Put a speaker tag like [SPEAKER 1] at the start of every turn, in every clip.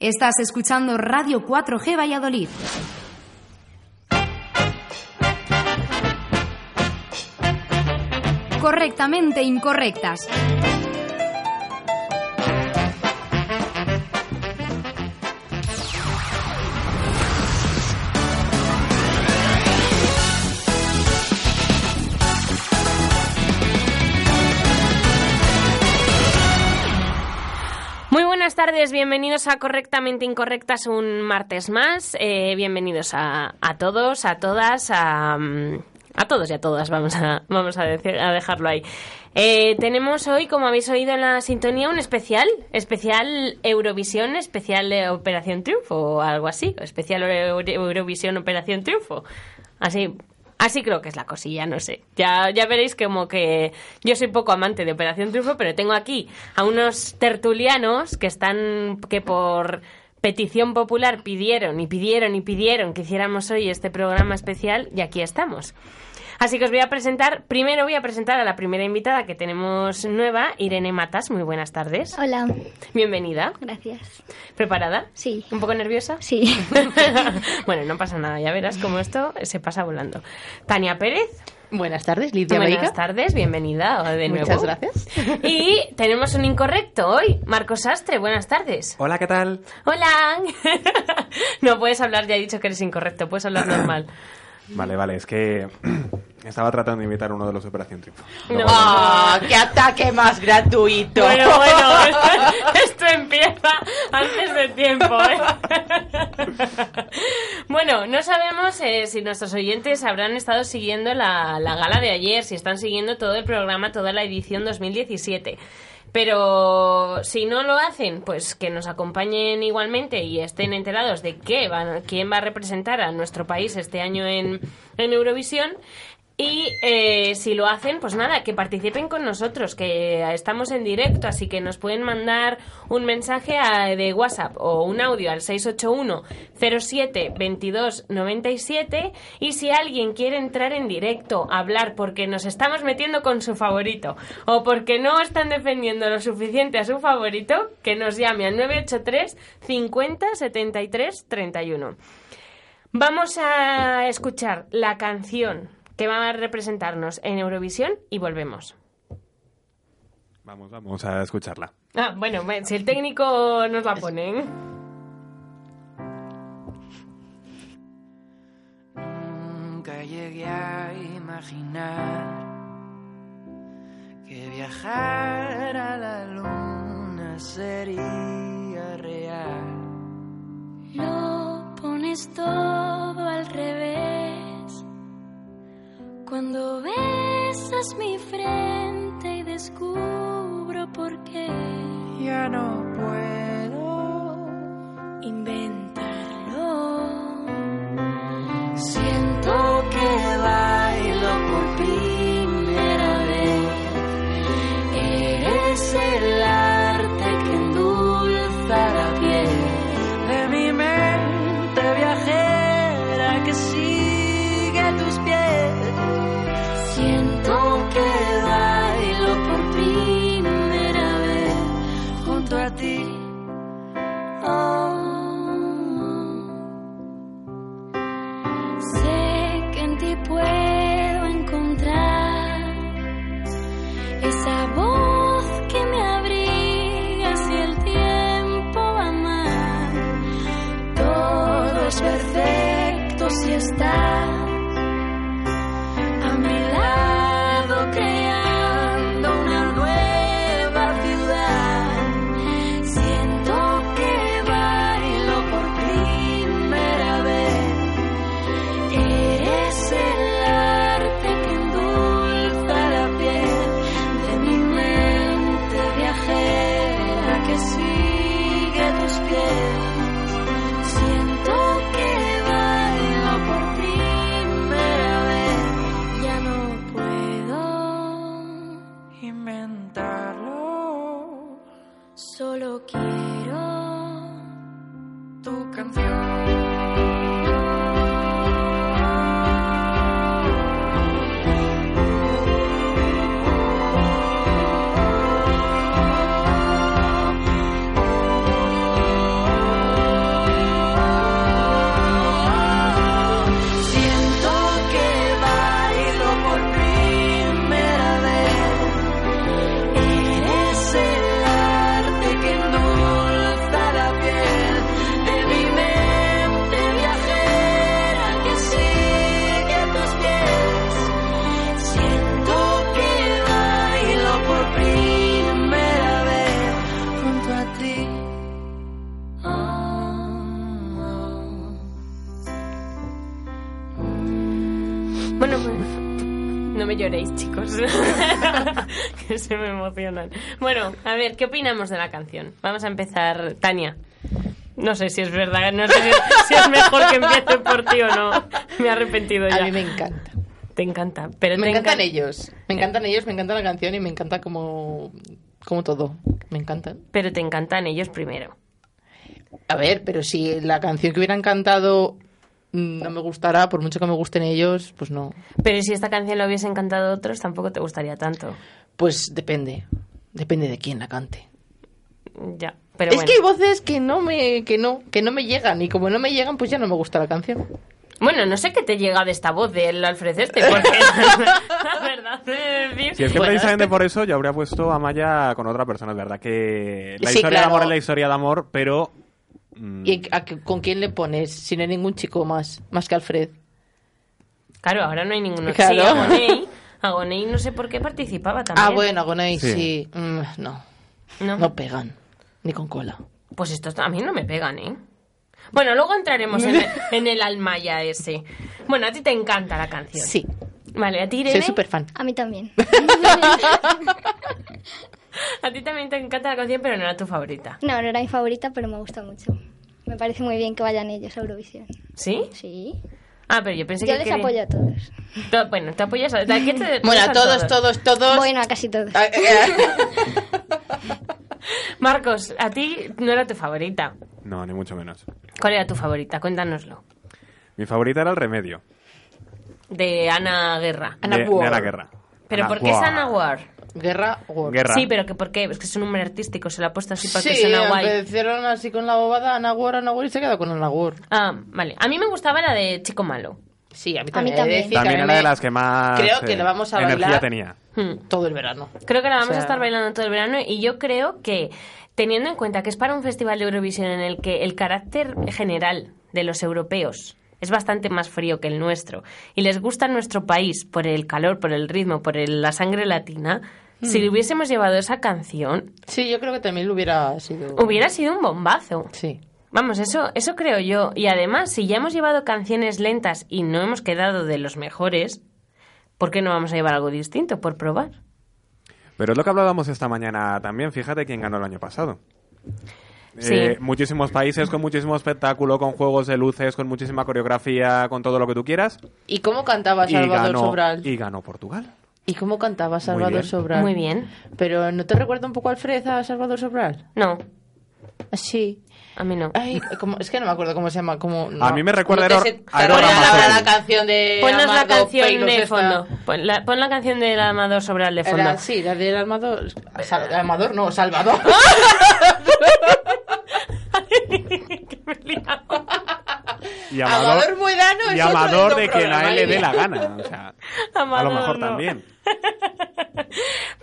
[SPEAKER 1] Estás escuchando Radio 4G Valladolid. Correctamente incorrectas.
[SPEAKER 2] Muy buenas tardes, bienvenidos a Correctamente Incorrectas un martes más. Eh, bienvenidos a, a todos, a todas, a, mm, a todos y a todas, vamos a, vamos a, decir- a dejarlo ahí. Eh, tenemos hoy, como habéis oído en la sintonía, un especial, especial Eurovisión, especial eh, Operación Triunfo o algo así, especial Euro- Eurovisión Operación Triunfo. Así, Así creo que es la cosilla, no sé. Ya, ya veréis como que yo soy poco amante de Operación Triunfo, pero tengo aquí a unos tertulianos que están, que por petición popular pidieron y pidieron y pidieron que hiciéramos hoy este programa especial y aquí estamos. Así que os voy a presentar, primero voy a presentar a la primera invitada que tenemos nueva, Irene Matas. Muy buenas tardes.
[SPEAKER 3] Hola,
[SPEAKER 2] Bienvenida.
[SPEAKER 3] gracias.
[SPEAKER 2] ¿Preparada?
[SPEAKER 3] Sí.
[SPEAKER 2] ¿Un poco nerviosa?
[SPEAKER 3] Sí,
[SPEAKER 2] bueno, no pasa nada, ya verás cómo esto se pasa volando. Tania Pérez.
[SPEAKER 4] Buenas tardes, Lidia
[SPEAKER 2] Buenas
[SPEAKER 4] Baica.
[SPEAKER 2] tardes, bienvenida de nuevo.
[SPEAKER 4] Muchas gracias.
[SPEAKER 2] Y tenemos un incorrecto hoy, Marco Sastre, buenas tardes.
[SPEAKER 5] Hola, ¿qué tal?
[SPEAKER 2] Hola. no puedes hablar, ya he dicho que eres incorrecto, puedes hablar normal.
[SPEAKER 5] Vale, vale, es que estaba tratando de invitar a uno de los de Operación Triunfo.
[SPEAKER 2] No.
[SPEAKER 4] ¡Ah, ¡Qué ataque más gratuito!
[SPEAKER 2] Bueno, bueno, esto, esto empieza antes de tiempo. ¿eh? bueno, no sabemos eh, si nuestros oyentes habrán estado siguiendo la, la gala de ayer, si están siguiendo todo el programa, toda la edición 2017. Pero si no lo hacen, pues que nos acompañen igualmente y estén enterados de qué van, quién va a representar a nuestro país este año en, en Eurovisión. Y eh, si lo hacen, pues nada, que participen con nosotros, que estamos en directo, así que nos pueden mandar un mensaje a- de WhatsApp o un audio al 681-07-2297. Y si alguien quiere entrar en directo, a hablar porque nos estamos metiendo con su favorito o porque no están defendiendo lo suficiente a su favorito, que nos llame al 983 50 73 31. Vamos a escuchar la canción que va a representarnos en Eurovisión y volvemos.
[SPEAKER 5] Vamos, vamos a escucharla.
[SPEAKER 2] Ah, bueno, bueno, si el técnico nos la pone. ¿eh?
[SPEAKER 6] Nunca llegué a imaginar que viajar a la luna sería real.
[SPEAKER 7] Lo pones todo al revés. Cuando besas mi frente y descubro por qué
[SPEAKER 6] Ya no puedo.
[SPEAKER 7] inventarlo.
[SPEAKER 6] Siento que bailo por primera vez.
[SPEAKER 7] Eres el arte que endulza la piel.
[SPEAKER 6] De mi mente viajera que sigue tus pies.
[SPEAKER 7] Siento que bailo por primera vez junto a ti. Oh. Sé que en ti puedo encontrar esa voz que me abriga si el tiempo va mal. Todo es perfecto si estás a mi lado creando una nueva ciudad. Siento que bailo por primera vez. Eres el arte que endulza la piel de mi mente viajera que sigue tus pies. Siento que bailo por primera
[SPEAKER 2] Bueno, pues. No me lloréis, chicos. que se me emocionan. Bueno, a ver, ¿qué opinamos de la canción? Vamos a empezar, Tania. No sé si es verdad, no sé si es, si es mejor que empiece por ti o no. Me he arrepentido ya.
[SPEAKER 4] A mí me encanta.
[SPEAKER 2] Te encanta. Pero
[SPEAKER 4] Me
[SPEAKER 2] te
[SPEAKER 4] encantan
[SPEAKER 2] encan-
[SPEAKER 4] ellos. Me encantan ellos, me encanta la canción y me encanta como, como todo. Me encantan.
[SPEAKER 2] Pero te encantan ellos primero.
[SPEAKER 4] A ver, pero si la canción que hubieran cantado mm, no me gustará, por mucho que me gusten ellos, pues no.
[SPEAKER 2] Pero si esta canción la hubiesen cantado a otros, tampoco te gustaría tanto.
[SPEAKER 4] Pues depende. Depende de quién la cante.
[SPEAKER 2] Ya. Pero
[SPEAKER 4] es
[SPEAKER 2] bueno.
[SPEAKER 4] que hay voces que no me que no que no me llegan y como no me llegan pues ya no me gusta la canción.
[SPEAKER 2] Bueno, no sé qué te llega de esta voz de él al ofrecerte, porque la verdad es decir...
[SPEAKER 5] Si es que
[SPEAKER 4] Bueno,
[SPEAKER 5] precisamente por eso yo habría puesto a Maya con otra persona, es verdad que la
[SPEAKER 4] Sí,
[SPEAKER 5] historia de
[SPEAKER 4] claro.
[SPEAKER 5] amor es la historia de amor, pero mm,
[SPEAKER 4] ¿Y a qué- con quién le pones? Si no hay ningún chico más más que Alfred.
[SPEAKER 2] Claro, ahora no hay ninguno. Sí,
[SPEAKER 4] Claro.
[SPEAKER 2] Agoney, Agoney no sé por qué participaba también.
[SPEAKER 4] Ah, bueno, Agonay sí.
[SPEAKER 5] Sí.
[SPEAKER 4] Mm, no,
[SPEAKER 2] No.
[SPEAKER 4] no pegan ni con cola.
[SPEAKER 2] Pues estos a mí no me pegan, ¿eh? Bueno, luego entraremos en el, en el almaya ese. Bueno, a ti te encanta la canción.
[SPEAKER 4] Sí,
[SPEAKER 2] Vale, a ti, Irene,
[SPEAKER 4] soy súper fan.
[SPEAKER 3] A mí también.
[SPEAKER 2] a ti también te encanta la canción, pero no era tu favorita.
[SPEAKER 3] No, no era mi favorita, pero me gusta mucho. Me parece muy bien que vayan ellos a Eurovisión.
[SPEAKER 2] ¿sí
[SPEAKER 3] Sí.
[SPEAKER 2] Ah, pero yo pensé
[SPEAKER 3] Yo
[SPEAKER 2] que...
[SPEAKER 3] les
[SPEAKER 2] quería-
[SPEAKER 3] apoyo a todos.
[SPEAKER 2] To- Bueno, te apoyas a... ¿a qué te-
[SPEAKER 4] Bueno, a
[SPEAKER 2] a
[SPEAKER 4] todos, todos, todos.
[SPEAKER 3] Bueno, a casi todos.
[SPEAKER 4] Ah, eh,
[SPEAKER 2] Marcos, a ti no era tu favorita.
[SPEAKER 5] no, ni mucho menos.
[SPEAKER 2] ¿Cuál era tu favorita? Cuéntanoslo.
[SPEAKER 5] Mi favorita era el remedio
[SPEAKER 2] De Ana Guerra.
[SPEAKER 4] Ana
[SPEAKER 5] de,
[SPEAKER 4] Guar.
[SPEAKER 5] de la guerra.
[SPEAKER 2] ¿Pero por qué es Ana War?
[SPEAKER 4] Guerra War.
[SPEAKER 5] Guerra.
[SPEAKER 2] Sí, pero que ¿por qué? Es que es un nombre artístico, se lo ha puesto así para que
[SPEAKER 4] Sí,
[SPEAKER 2] suena guay.
[SPEAKER 4] empezaron así con la bobada Ana War, Ana War y se queda con Ana War.
[SPEAKER 2] Ah, vale. A mí me gustaba la de Chico Malo.
[SPEAKER 4] Sí, a mí
[SPEAKER 3] A mí
[SPEAKER 4] también. he de
[SPEAKER 3] también.
[SPEAKER 4] decir que
[SPEAKER 5] También
[SPEAKER 4] a mí
[SPEAKER 5] era de
[SPEAKER 4] me-
[SPEAKER 5] las que más
[SPEAKER 4] Creo que
[SPEAKER 5] eh,
[SPEAKER 4] la vamos a
[SPEAKER 5] energía
[SPEAKER 4] bailar.
[SPEAKER 5] tenía.
[SPEAKER 2] Hmm.
[SPEAKER 4] todo el verano.
[SPEAKER 2] Creo que la vamos
[SPEAKER 4] O sea-
[SPEAKER 2] a estar bailando todo el verano y yo creo que, teniendo en cuenta que es para un festival de Eurovisión en el que el carácter general de los europeos es bastante más frío que el nuestro y les gusta nuestro país por el calor, por el ritmo, por el- la sangre latina, si
[SPEAKER 4] Mm.
[SPEAKER 2] le hubiésemos llevado esa canción,
[SPEAKER 4] Sí, yo creo que también lo hubiera sido.
[SPEAKER 2] hubiera sido un bombazo.
[SPEAKER 4] Sí.
[SPEAKER 2] Vamos, eso, eso creo yo. Y además, si ya hemos llevado canciones lentas y no hemos quedado de los mejores, ¿por qué no vamos a llevar algo distinto? Por probar.
[SPEAKER 5] Pero es lo que hablábamos esta mañana también, fíjate quién ganó el año pasado.
[SPEAKER 2] Sí.
[SPEAKER 5] Eh, muchísimos países, con muchísimo espectáculo, con juegos de luces, con muchísima coreografía, con todo lo que tú quieras.
[SPEAKER 4] ¿Y cómo cantaba
[SPEAKER 5] Y
[SPEAKER 4] Salvador
[SPEAKER 5] ganó,
[SPEAKER 4] Sobral?
[SPEAKER 5] y ganó Portugal.
[SPEAKER 4] ¿Y cómo cantaba Salvador
[SPEAKER 5] bien.
[SPEAKER 4] Sobral?
[SPEAKER 2] Muy bien.
[SPEAKER 4] Pero ¿no te recuerda un poco a Alfred, a Salvador Sobral?
[SPEAKER 2] No,
[SPEAKER 4] Así.
[SPEAKER 2] a mí no.
[SPEAKER 4] Ay, como- es que no me acuerdo cómo se llama. Como, no.
[SPEAKER 5] A mí me recuerda
[SPEAKER 4] No
[SPEAKER 5] a
[SPEAKER 4] te
[SPEAKER 5] Aero-
[SPEAKER 4] sé- ¿te
[SPEAKER 5] Aero
[SPEAKER 4] acuerdas
[SPEAKER 5] Ramazzotti.
[SPEAKER 4] la, canción de
[SPEAKER 2] Ponnos la
[SPEAKER 4] Amado
[SPEAKER 2] canción
[SPEAKER 4] Peiros
[SPEAKER 2] de
[SPEAKER 4] esta?
[SPEAKER 2] fondo. Pon la, pon la canción del Amador Sobral de fondo.
[SPEAKER 4] Era, sí, la del Amador. Sal- Amador no, Salvador.
[SPEAKER 2] Que me he liado.
[SPEAKER 5] Y
[SPEAKER 4] Amador Muedano es
[SPEAKER 5] y
[SPEAKER 4] otro
[SPEAKER 5] Amador
[SPEAKER 4] otro
[SPEAKER 5] de quien a
[SPEAKER 4] programa,
[SPEAKER 5] él le dé
[SPEAKER 4] ¿eh?
[SPEAKER 5] la gana. o sea, a lo
[SPEAKER 2] Amador
[SPEAKER 5] mejor
[SPEAKER 2] no.
[SPEAKER 5] también.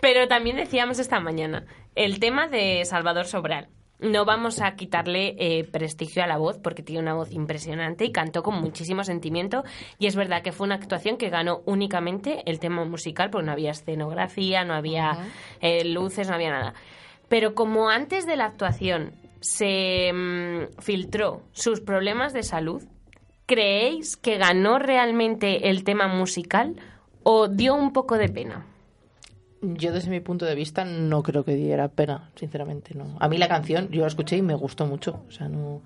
[SPEAKER 2] Pero también decíamos esta mañana, el tema de Salvador Sobral. No vamos a quitarle eh, prestigio a la voz porque tiene una voz impresionante y cantó con muchísimo sentimiento. Y es verdad que fue una actuación que ganó únicamente el tema musical porque no había escenografía, no había eh, luces, no había nada. Pero como antes de la actuación se mm, filtró sus problemas de salud, ¿creéis que ganó realmente el tema musical o dio un poco de pena?
[SPEAKER 4] Yo desde mi punto de vista no creo que diera pena, sinceramente no. A mí la canción yo la escuché y me gustó mucho, o sea no.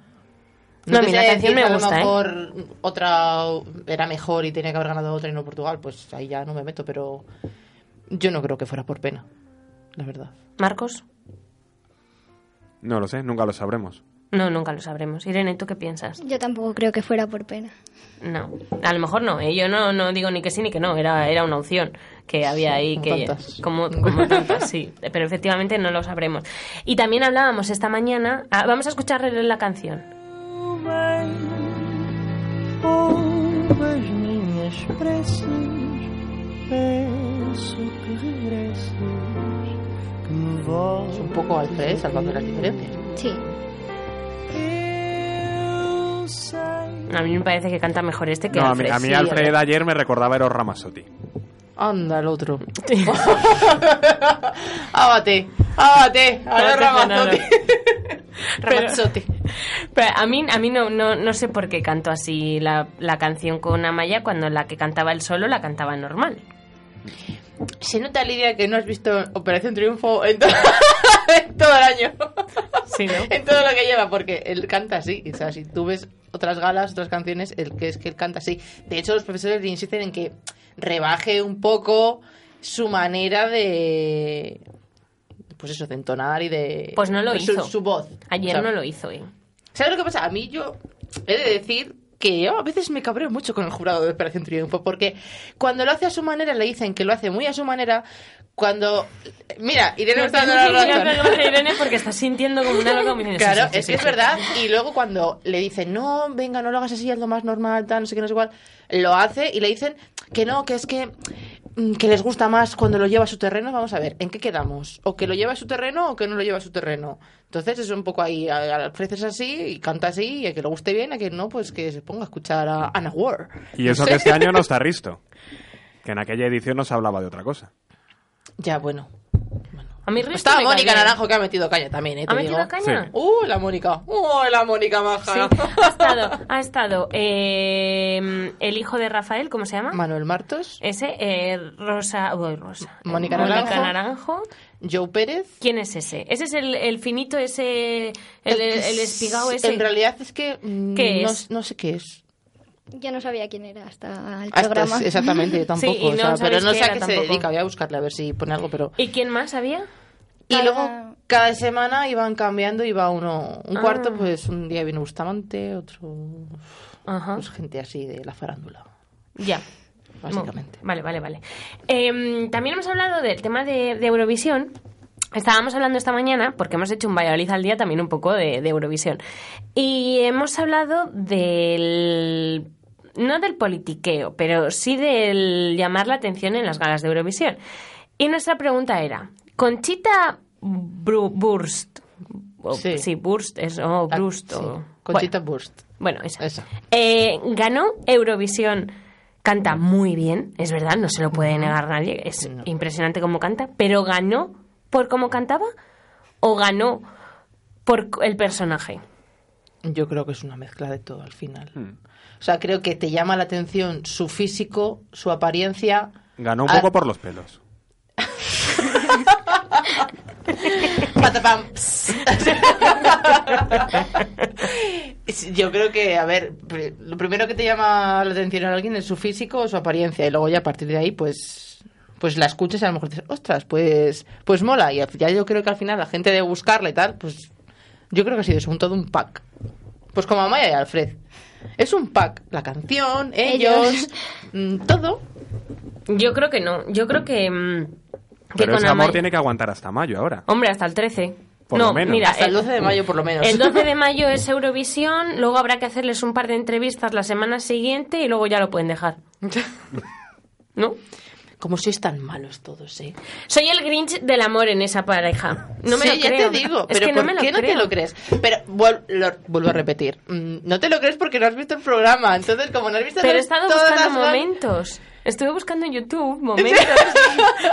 [SPEAKER 2] No, a
[SPEAKER 4] te
[SPEAKER 2] mí
[SPEAKER 4] sé
[SPEAKER 2] la canción
[SPEAKER 4] decir
[SPEAKER 2] me
[SPEAKER 4] que
[SPEAKER 2] gusta, ¿eh?
[SPEAKER 4] A lo mejor otra era mejor y tenía que haber ganado otra y no Portugal, pues ahí ya no me meto, pero yo no creo que fuera por pena, la verdad.
[SPEAKER 2] Marcos?
[SPEAKER 5] No lo sé, nunca lo sabremos.
[SPEAKER 2] No, nunca lo sabremos. Irene, ¿tú qué piensas?
[SPEAKER 3] Yo tampoco creo que fuera por pena.
[SPEAKER 2] No, a lo mejor no. ¿eh? Yo no, no digo ni que sí ni que no. Era, era una opción que había
[SPEAKER 4] Sí,
[SPEAKER 2] ahí.
[SPEAKER 4] como
[SPEAKER 2] que
[SPEAKER 4] tantas.
[SPEAKER 2] Como, como tantas, sí. Pero efectivamente no lo sabremos. Y también hablábamos esta mañana... ah, vamos a escuchar la canción.
[SPEAKER 8] Poucas minhas preces, peço que regresses, que me
[SPEAKER 4] Es
[SPEAKER 8] voltes.
[SPEAKER 4] un poco al revés, salvando las diferencias.
[SPEAKER 3] Sí.
[SPEAKER 8] Eu sei.
[SPEAKER 2] A mí me parece que canta mejor este que
[SPEAKER 5] No, a mí,
[SPEAKER 2] Alfred.
[SPEAKER 5] a mí
[SPEAKER 4] sí,
[SPEAKER 5] Alfred
[SPEAKER 4] Alfred.
[SPEAKER 5] ayer me recordaba a Eros Ramazzotti.
[SPEAKER 4] Anda el otro. ábate, ábate, ahora
[SPEAKER 2] Ábate,
[SPEAKER 4] Ramazzotti.
[SPEAKER 2] Fernando. Pero-
[SPEAKER 4] Ramazzotti.
[SPEAKER 2] Pero a mí, a mí no, no, no sé por qué canto así la, la canción con Amaya cuando la que cantaba el solo la cantaba normal.
[SPEAKER 4] Se nota, Lidia, que no has visto Operación Triunfo en, to- en todo el año.
[SPEAKER 2] Sí, ¿no?
[SPEAKER 4] en todo lo que lleva, porque él canta así. O sea, si tú ves otras galas, otras canciones, el que es que él canta así. De hecho, los profesores le insisten en que rebaje un poco su manera de. Pues eso, de entonar y de.
[SPEAKER 2] Pues no lo
[SPEAKER 4] su,
[SPEAKER 2] hizo.
[SPEAKER 4] Su voz.
[SPEAKER 2] Ayer
[SPEAKER 4] O sea,
[SPEAKER 2] no lo hizo, ¿eh?
[SPEAKER 4] ¿Sabes lo que pasa? A mí yo he de decir que yo a veces me cabreo mucho con el jurado de Operación Triunfo, porque cuando lo hace a su manera le dicen que lo hace muy a su manera, cuando... Mira, Irene me está dando la razón.
[SPEAKER 2] Irene porque está sintiendo como una loca. muy-
[SPEAKER 4] Claro,
[SPEAKER 2] sí, sí,
[SPEAKER 4] es
[SPEAKER 2] sí,
[SPEAKER 4] que
[SPEAKER 2] sí.
[SPEAKER 4] es verdad. Y luego cuando le dicen, no, venga, no lo hagas así, es lo más normal, tal, no sé qué, no sé cuál, lo hace y le dicen que no, que es que mm, que les gusta más cuando lo lleva a su terreno, vamos a ver, ¿en qué quedamos? ¿O que lo lleva a su terreno o que no lo lleva a su terreno? Entonces es un poco ahí, a- a- ofreces así y canta así y a que le guste bien, a que no, pues que se ponga a escuchar a Anna Ward.
[SPEAKER 5] Y eso que este año no está Risto. Que en aquella edición nos hablaba de otra cosa.
[SPEAKER 4] Ya, bueno.
[SPEAKER 2] A mí Risto
[SPEAKER 4] Estaba
[SPEAKER 2] me
[SPEAKER 4] Mónica
[SPEAKER 2] cae bien.
[SPEAKER 4] Naranjo que ha metido caña también, eh, te
[SPEAKER 2] ¿Ha metido
[SPEAKER 4] digo.
[SPEAKER 2] caña?
[SPEAKER 5] Sí.
[SPEAKER 4] Uh, la Mónica. Uh, la Mónica maja.
[SPEAKER 2] Sí, ha estado, ha estado eh, el hijo de Rafael, ¿cómo se llama?
[SPEAKER 4] Manuel Martos.
[SPEAKER 2] ese, eh, Rosa, uy, Rosa.
[SPEAKER 4] Eh, Mónica
[SPEAKER 2] Naranjo.
[SPEAKER 4] Naranjo. Joe Pérez.
[SPEAKER 2] ¿Quién es ese? Ese es el, el finito, ese, el, el, el espigado ese.
[SPEAKER 4] En realidad es que mm,
[SPEAKER 2] ¿Qué
[SPEAKER 4] no,
[SPEAKER 2] es?
[SPEAKER 4] no sé qué es.
[SPEAKER 3] Yo no sabía quién era hasta el
[SPEAKER 4] Ah, esto es-
[SPEAKER 3] programa.
[SPEAKER 4] exactamente, yo tampoco.
[SPEAKER 2] y no
[SPEAKER 4] o sea,
[SPEAKER 2] sabéis
[SPEAKER 4] pero no
[SPEAKER 2] qué
[SPEAKER 4] sé a
[SPEAKER 2] era
[SPEAKER 4] qué se
[SPEAKER 2] tampoco.
[SPEAKER 4] dedica. Voy a buscarle a ver si pone algo, pero...
[SPEAKER 2] ¿Y quién más había?
[SPEAKER 4] Y
[SPEAKER 3] Cada-
[SPEAKER 4] luego cada semana iban cambiando, iba uno... Un
[SPEAKER 2] Ah.
[SPEAKER 4] cuarto, pues un día vino Bustamante, otro...
[SPEAKER 2] Ajá.
[SPEAKER 4] Pues gente así de la farándula,
[SPEAKER 2] Ya.
[SPEAKER 4] básicamente.
[SPEAKER 2] Vale, vale, vale. Eh, también hemos hablado del tema de, de Eurovisión. Estábamos hablando esta mañana, porque hemos hecho un Valladolid al día también un poco de, de Eurovisión. Y hemos hablado del. No del politiqueo, pero sí del llamar la atención en las galas de Eurovisión. Y nuestra pregunta era: ¿Conchita Bru- Burst? o- sí.
[SPEAKER 4] Sí.
[SPEAKER 2] Burst es. O
[SPEAKER 4] Ah,
[SPEAKER 2] Brust.
[SPEAKER 4] sí.
[SPEAKER 2] o-
[SPEAKER 4] Conchita
[SPEAKER 2] bueno.
[SPEAKER 4] Burst.
[SPEAKER 2] Bueno, esa.
[SPEAKER 4] Esa.
[SPEAKER 2] Eh, ganó Eurovisión. Canta muy bien, es verdad, no se lo puede negar nadie. Es
[SPEAKER 4] No.
[SPEAKER 2] impresionante cómo canta. Pero ganó por cómo cantaba o ganó por c- el personaje.
[SPEAKER 4] Yo creo que es una mezcla de todo al final.
[SPEAKER 5] Hmm.
[SPEAKER 4] O sea, creo que te llama la atención su físico, su apariencia...
[SPEAKER 5] Ganó un
[SPEAKER 4] Ah,
[SPEAKER 5] poco por los pelos.
[SPEAKER 4] Patapam. Yo creo que, a ver, pr- lo primero que te llama la atención a alguien es su físico o su apariencia, y luego ya a partir de ahí, pues pues la escuchas y a lo mejor dices, ostras, pues, pues mola. Y al- ya yo creo que al final la gente de buscarla y tal, pues yo creo que ha sido eso, un todo un pack. Pues como Amaya y Alfred. Es un pack. La canción, ellos,
[SPEAKER 3] Ellos.
[SPEAKER 4] mm, todo.
[SPEAKER 2] Yo creo que no. Yo creo que. mm, que
[SPEAKER 5] Pero ese
[SPEAKER 2] Amaya-
[SPEAKER 5] amor tiene que aguantar hasta mayo ahora.
[SPEAKER 2] Hombre, hasta el 13.
[SPEAKER 5] Por
[SPEAKER 2] no,
[SPEAKER 5] lo menos.
[SPEAKER 2] mira,
[SPEAKER 4] Hasta el
[SPEAKER 2] eh,
[SPEAKER 4] 12 de mayo por lo menos.
[SPEAKER 2] El 12 de mayo es Eurovisión, luego habrá que hacerles un par de entrevistas la semana siguiente y luego ya lo pueden dejar. ¿No?
[SPEAKER 4] Como sois tan malos todos, ¿eh?
[SPEAKER 2] Soy el Grinch del amor en esa pareja. No me
[SPEAKER 4] sí,
[SPEAKER 2] lo
[SPEAKER 4] ya
[SPEAKER 2] creo.
[SPEAKER 4] te digo,
[SPEAKER 2] es
[SPEAKER 4] pero
[SPEAKER 2] que
[SPEAKER 4] ¿por
[SPEAKER 2] no me
[SPEAKER 4] qué
[SPEAKER 2] lo
[SPEAKER 4] no
[SPEAKER 2] creo.
[SPEAKER 4] te lo crees? Pero vuel- lo- vuelvo a repetir, mm, no te lo crees porque no has visto el programa, entonces como no has visto
[SPEAKER 2] Pero he
[SPEAKER 4] las-
[SPEAKER 2] estado
[SPEAKER 4] todas
[SPEAKER 2] buscando
[SPEAKER 4] las-
[SPEAKER 2] momentos. Estuve buscando en YouTube momentos.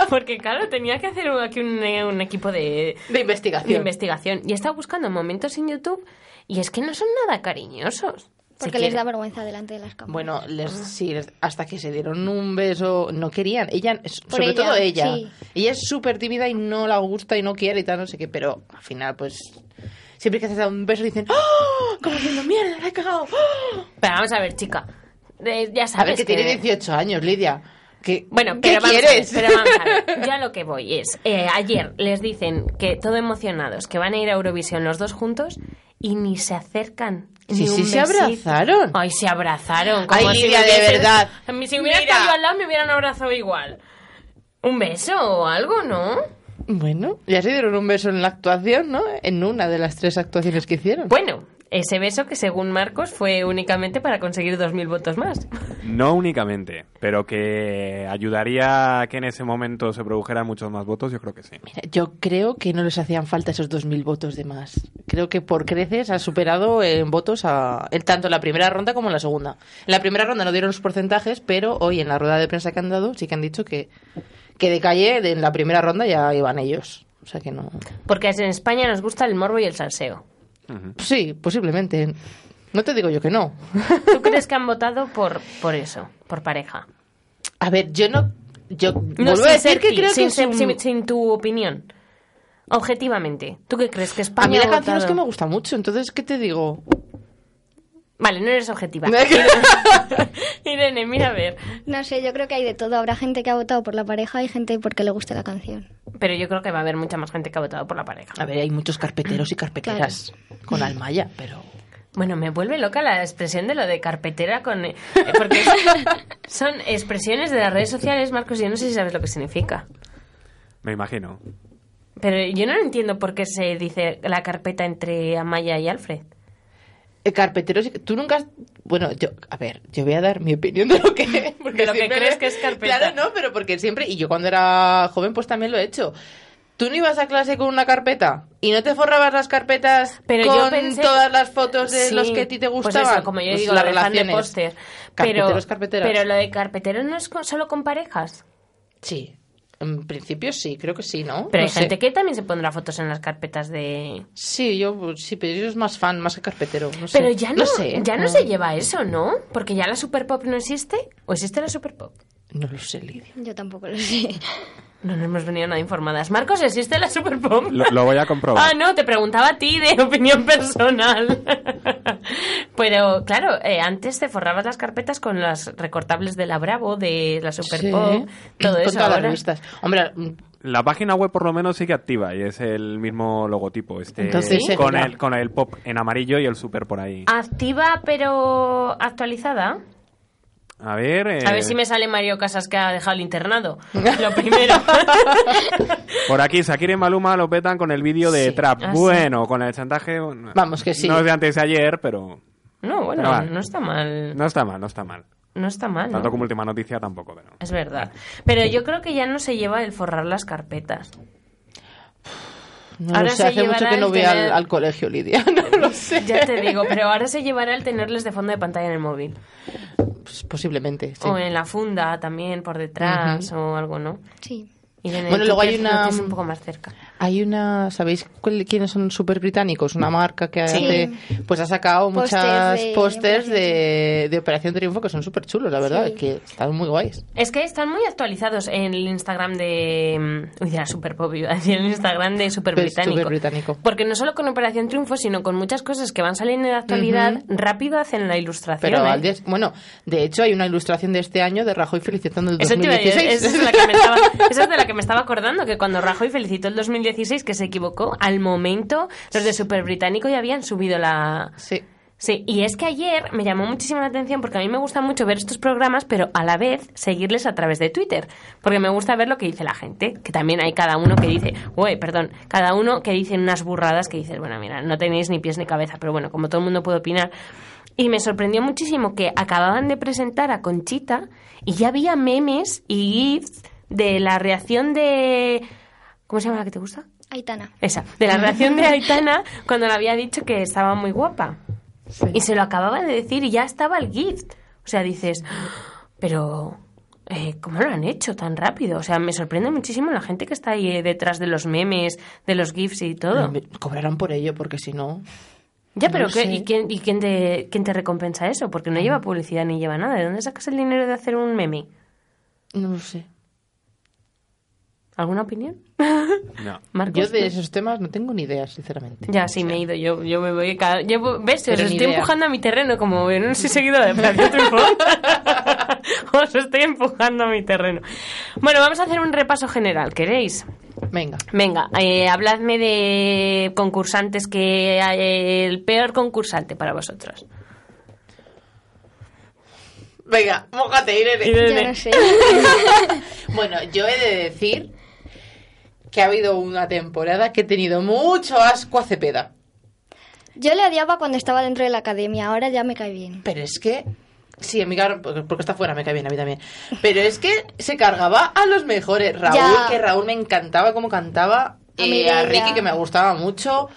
[SPEAKER 2] Porque, claro, tenía que hacer aquí un, eh, un equipo de,
[SPEAKER 4] de
[SPEAKER 2] de
[SPEAKER 4] investigación.
[SPEAKER 2] investigación. Y he estado buscando momentos en YouTube y es que no son nada cariñosos. Si
[SPEAKER 3] Porque les
[SPEAKER 2] quiere-
[SPEAKER 3] da vergüenza delante de las cámaras.
[SPEAKER 4] bueno, les, sí, les- hasta que se dieron un beso, no querían, ella, s-
[SPEAKER 3] Por
[SPEAKER 4] sobre
[SPEAKER 3] ella,
[SPEAKER 4] todo ella,
[SPEAKER 3] sí.
[SPEAKER 4] ella es súper tímida y no la gusta y no quiere y tal, no sé qué, pero al final pues siempre que se da un beso dicen, ¡Oh! Como diciendo, mierda, la he cagado, ¡Oh!
[SPEAKER 2] Pero vamos a ver, chica. Eh, ya sabes
[SPEAKER 4] A ver, que, tiene 18 años, Lidia. Que,
[SPEAKER 2] Bueno,
[SPEAKER 4] ¿qué
[SPEAKER 2] pero vamos,
[SPEAKER 4] quieres?
[SPEAKER 2] A ver, pero vamos a ver. Yo a lo que voy es, eh, ayer les dicen que todo emocionados, que van a ir a Eurovisión los dos juntos y ni se acercan.
[SPEAKER 4] Sí,
[SPEAKER 2] ni
[SPEAKER 4] sí,
[SPEAKER 2] un
[SPEAKER 4] se
[SPEAKER 2] besito.
[SPEAKER 4] abrazaron.
[SPEAKER 2] Ay, se abrazaron.
[SPEAKER 4] Ay,
[SPEAKER 2] como si
[SPEAKER 4] Lidia,
[SPEAKER 2] me
[SPEAKER 4] de
[SPEAKER 2] hubiesen-
[SPEAKER 4] verdad.
[SPEAKER 2] A mí, Si hubiera
[SPEAKER 4] Mira.
[SPEAKER 2] estado yo al lado me hubieran abrazado igual. Un beso o algo, ¿no?
[SPEAKER 4] Bueno, ya se dieron un beso en la actuación, ¿no? En una de las tres actuaciones que hicieron.
[SPEAKER 2] Bueno, ese beso que según Marcos fue únicamente para conseguir 2.000 votos más.
[SPEAKER 5] No únicamente, pero que ayudaría a que en ese momento se produjeran muchos más votos, yo creo que sí.
[SPEAKER 4] Mira, yo creo que no les hacían falta esos 2.000 votos de más. Creo que por creces ha superado en votos a, en tanto en la primera ronda como en la segunda. En la primera ronda no dieron los porcentajes, pero hoy en la rueda de prensa que han dado sí que han dicho que, que de calle de- en la primera ronda ya iban ellos. O sea que no.
[SPEAKER 2] Porque en España nos gusta el morbo y el salseo.
[SPEAKER 5] Ujú.
[SPEAKER 4] Sí, posiblemente. No te digo yo que no.
[SPEAKER 2] ¿Tú crees que han votado por, por eso, por pareja?
[SPEAKER 4] A ver, yo no. Yo
[SPEAKER 2] No
[SPEAKER 4] vuelvo
[SPEAKER 2] sin
[SPEAKER 4] a decir
[SPEAKER 2] ser
[SPEAKER 4] que
[SPEAKER 2] ti,
[SPEAKER 4] creo
[SPEAKER 2] sin,
[SPEAKER 4] que es
[SPEAKER 2] ser-
[SPEAKER 4] un-
[SPEAKER 2] sin- sin tu opinión. Objetivamente, ¿tú qué crees que España
[SPEAKER 4] A mí la
[SPEAKER 2] ha
[SPEAKER 4] canción es
[SPEAKER 2] votado?
[SPEAKER 4] que me gusta mucho, entonces, ¿qué te digo?
[SPEAKER 2] Vale, no eres objetiva.
[SPEAKER 4] ¿Eh?
[SPEAKER 2] Irene, mira a ver.
[SPEAKER 3] No sé, yo creo que hay de todo. Habrá gente que ha votado por la pareja y gente porque le gusta la canción.
[SPEAKER 2] Pero yo creo que va a haber mucha más gente que ha votado por la pareja.
[SPEAKER 4] A ver, hay muchos carpeteros y carpeteras con Almaya, pero.
[SPEAKER 2] Bueno, me vuelve loca la expresión de lo de carpetera con... eh, Porque son expresiones de las redes sociales, Marcos, y yo no sé si sabes lo que significa.
[SPEAKER 5] Me imagino.
[SPEAKER 2] Pero yo no entiendo por qué se dice la carpeta entre Amaya y Alfred.
[SPEAKER 4] Eh, Carpeteros, y- tú nunca has... Bueno, yo, a ver, yo voy a dar mi opinión de lo que... Porque
[SPEAKER 2] De lo que
[SPEAKER 4] siempre
[SPEAKER 2] crees
[SPEAKER 4] me-
[SPEAKER 2] que es carpeta.
[SPEAKER 4] Claro, no, pero porque siempre... Y yo cuando era joven, pues también lo he hecho. ¿Tú no ibas a clase con una carpeta? ¿Y no te forrabas las carpetas
[SPEAKER 2] Pero yo
[SPEAKER 4] con
[SPEAKER 2] pensé-
[SPEAKER 4] todas las fotos de
[SPEAKER 2] Sí,
[SPEAKER 4] los que a ti te
[SPEAKER 2] pues
[SPEAKER 4] gustaban?
[SPEAKER 2] eso, como yo
[SPEAKER 4] Pues
[SPEAKER 2] digo,
[SPEAKER 4] las
[SPEAKER 2] lo de fan de
[SPEAKER 4] relaciones.
[SPEAKER 2] póster.
[SPEAKER 4] Carpeteros,
[SPEAKER 2] Pero,
[SPEAKER 4] carpeteras.
[SPEAKER 2] pero lo de carpeteros no es co- solo con parejas.
[SPEAKER 4] Sí, en principio sí, creo que sí, ¿no?
[SPEAKER 2] Pero
[SPEAKER 4] No
[SPEAKER 2] hay
[SPEAKER 4] sé.
[SPEAKER 2] gente que también se pondrá fotos en las carpetas de...
[SPEAKER 4] Sí, yo pues, sí, pero yo es más fan, más que carpetero. No sé.
[SPEAKER 2] Pero ya no,
[SPEAKER 4] sé, ¿eh? Mm.
[SPEAKER 2] ya no se lleva eso, ¿no? Porque ya la super pop no existe. ¿O existe la super pop?
[SPEAKER 4] No lo sé, Lidia.
[SPEAKER 3] Yo tampoco lo sé.
[SPEAKER 2] No nos hemos venido nada informadas. Marcos, ¿existe la super pop?
[SPEAKER 5] Lo, lo voy a
[SPEAKER 2] Ah,
[SPEAKER 5] comprobar.
[SPEAKER 2] no, te preguntaba a ti de opinión personal. Pero claro, eh, antes te forrabas las carpetas con las recortables de la Bravo, de la Super
[SPEAKER 4] Sí.
[SPEAKER 2] Pop, ¿eh? todo
[SPEAKER 4] Con
[SPEAKER 2] eso.
[SPEAKER 4] todas las
[SPEAKER 2] Ahora,
[SPEAKER 4] revistas. Hombre, mm,
[SPEAKER 5] La página web por lo menos sigue activa y es el mismo logotipo. Este,
[SPEAKER 4] Entonces, ¿Sí?
[SPEAKER 5] con,
[SPEAKER 4] ¿eh?
[SPEAKER 5] el, con el pop en amarillo y el super por ahí.
[SPEAKER 2] activa pero actualizada.
[SPEAKER 5] A ver... eh,
[SPEAKER 2] Ah, A ver si me sale Mario Casas que ha dejado el internado. Lo primero.
[SPEAKER 5] Por aquí, Shakira y Maluma lo petan con el vídeo de
[SPEAKER 4] Sí.
[SPEAKER 5] Trap.
[SPEAKER 2] Ah, sí.
[SPEAKER 5] bueno, con el chantaje... bueno,
[SPEAKER 4] Vamos, que sí.
[SPEAKER 5] No es de antes de ayer, pero...
[SPEAKER 2] no, bueno,
[SPEAKER 5] Pero va.
[SPEAKER 2] no está mal. No,
[SPEAKER 5] No está mal, no está mal.
[SPEAKER 2] está mal.
[SPEAKER 5] Tanto
[SPEAKER 2] Ah, ¿no?
[SPEAKER 5] como última noticia tampoco, pero...
[SPEAKER 2] Es verdad. Pero yo creo que ya no se lleva el forrar las carpetas.
[SPEAKER 4] No
[SPEAKER 2] Ahora
[SPEAKER 4] lo sé,
[SPEAKER 2] se
[SPEAKER 4] hace mucho
[SPEAKER 2] llevará
[SPEAKER 4] que
[SPEAKER 2] el
[SPEAKER 4] no voy al,
[SPEAKER 2] tener-
[SPEAKER 4] al colegio, Lidia. No lo sé.
[SPEAKER 2] Ya te digo, pero ahora se llevará el tenerles de fondo de pantalla en el móvil.
[SPEAKER 4] Pues posiblemente, sí.
[SPEAKER 2] O en la funda también, por detrás o algo, ¿no?
[SPEAKER 3] Sí.
[SPEAKER 2] Irene,
[SPEAKER 4] Bueno,
[SPEAKER 2] ¿tú
[SPEAKER 4] luego hay
[SPEAKER 2] crees que lo
[SPEAKER 4] una-
[SPEAKER 2] tienes un poco más cerca.
[SPEAKER 4] Hay una... ¿Sabéis cuál- quiénes son super británicos? Una marca que
[SPEAKER 3] Sí.
[SPEAKER 4] hace... Pues ha sacado
[SPEAKER 3] Pósters
[SPEAKER 4] muchas
[SPEAKER 3] de
[SPEAKER 4] pósters
[SPEAKER 3] Operación
[SPEAKER 4] de, de Operación Triunfo que son súper chulos, la verdad.
[SPEAKER 3] Sí.
[SPEAKER 4] Que están muy guays.
[SPEAKER 2] Es que están muy actualizados en el Instagram de... mm, Uy, de la Super Pop, iba a decir, el Instagram de Super
[SPEAKER 4] Pues,
[SPEAKER 2] Británico.
[SPEAKER 4] Super Británico.
[SPEAKER 2] Porque no solo con Operación Triunfo, sino con muchas cosas que van saliendo en la actualidad, rápido hacen la ilustración.
[SPEAKER 4] Pero
[SPEAKER 2] ¿eh?
[SPEAKER 4] al día- bueno, de hecho hay una ilustración de este año de Rajoy felicitando el
[SPEAKER 2] Eso te iba a decir,
[SPEAKER 4] 2016.
[SPEAKER 2] esa es, la que me estaba, esa es de la que me estaba acordando, que cuando Rajoy felicitó el 2016, que se equivocó, al momento los de Super Británico ya habían subido la...
[SPEAKER 4] Sí.
[SPEAKER 2] Sí, y es que ayer me llamó muchísimo la atención porque a mí me gusta mucho ver estos programas, pero a la vez seguirles a través de Twitter, porque me gusta ver lo que dice la gente, que también hay cada uno que dice, uy, perdón, cada uno que dice unas burradas que dices, bueno, mira, no tenéis ni pies ni cabeza, pero bueno, como todo el mundo puede opinar. Y me sorprendió muchísimo que acababan de presentar a Conchita y ya había memes y gifs de la reacción de... ¿Cómo se llama la que te gusta?
[SPEAKER 3] Aitana.
[SPEAKER 2] Esa, de la reacción de Aitana cuando le había dicho que estaba muy guapa. Y se lo acababa de decir y ya estaba el gift. O sea, dices, pero eh, ¿cómo lo han hecho tan rápido? O sea, me sorprende muchísimo la gente que está ahí eh, detrás de los memes, de los gifs y todo.
[SPEAKER 4] Me- Cobrarán por ello porque si no...
[SPEAKER 2] Ya,
[SPEAKER 4] no
[SPEAKER 2] pero
[SPEAKER 4] lo
[SPEAKER 2] ¿qué-
[SPEAKER 4] sé.
[SPEAKER 2] ¿y, quién, y quién, te, quién te recompensa eso? Porque no lleva publicidad ni lleva nada. ¿De dónde sacas el dinero de hacer un meme?
[SPEAKER 4] No lo sé.
[SPEAKER 2] ¿Alguna opinión?
[SPEAKER 5] No.
[SPEAKER 2] Marcos,
[SPEAKER 4] Yo de
[SPEAKER 2] ¿no?
[SPEAKER 4] esos temas Pues no tengo ni idea, sinceramente.
[SPEAKER 2] Ya, sí, me he ido. Yo, yo me voy. Cada... Yo, ¿Ves? Os
[SPEAKER 4] Pero ni
[SPEAKER 2] estoy
[SPEAKER 4] idea.
[SPEAKER 2] empujando a mi terreno. Como no soy seguidora de Placer Truffaut, os estoy empujando a mi terreno. Bueno, vamos a hacer un repaso general. ¿Queréis?
[SPEAKER 4] Venga.
[SPEAKER 2] Venga, eh, habladme de concursantes que. eh, el peor concursante para vosotros.
[SPEAKER 4] Venga, mojate, Irene.
[SPEAKER 3] Yo no sé.
[SPEAKER 4] Bueno, yo he de decir que ha habido una temporada que he tenido mucho asco a Cepeda.
[SPEAKER 3] Yo le odiaba cuando estaba dentro de la academia. Ahora ya me cae bien.
[SPEAKER 4] Pero es que... Sí, a mí, claro, porque porque está fuera, me cae bien, a mí también. Pero es que se cargaba a los mejores. Raúl,
[SPEAKER 3] Ya.
[SPEAKER 4] que Raúl me encantaba cómo cantaba.
[SPEAKER 3] A
[SPEAKER 4] eh,
[SPEAKER 3] mí
[SPEAKER 4] a
[SPEAKER 3] ella.
[SPEAKER 4] Ricky, que me gustaba mucho.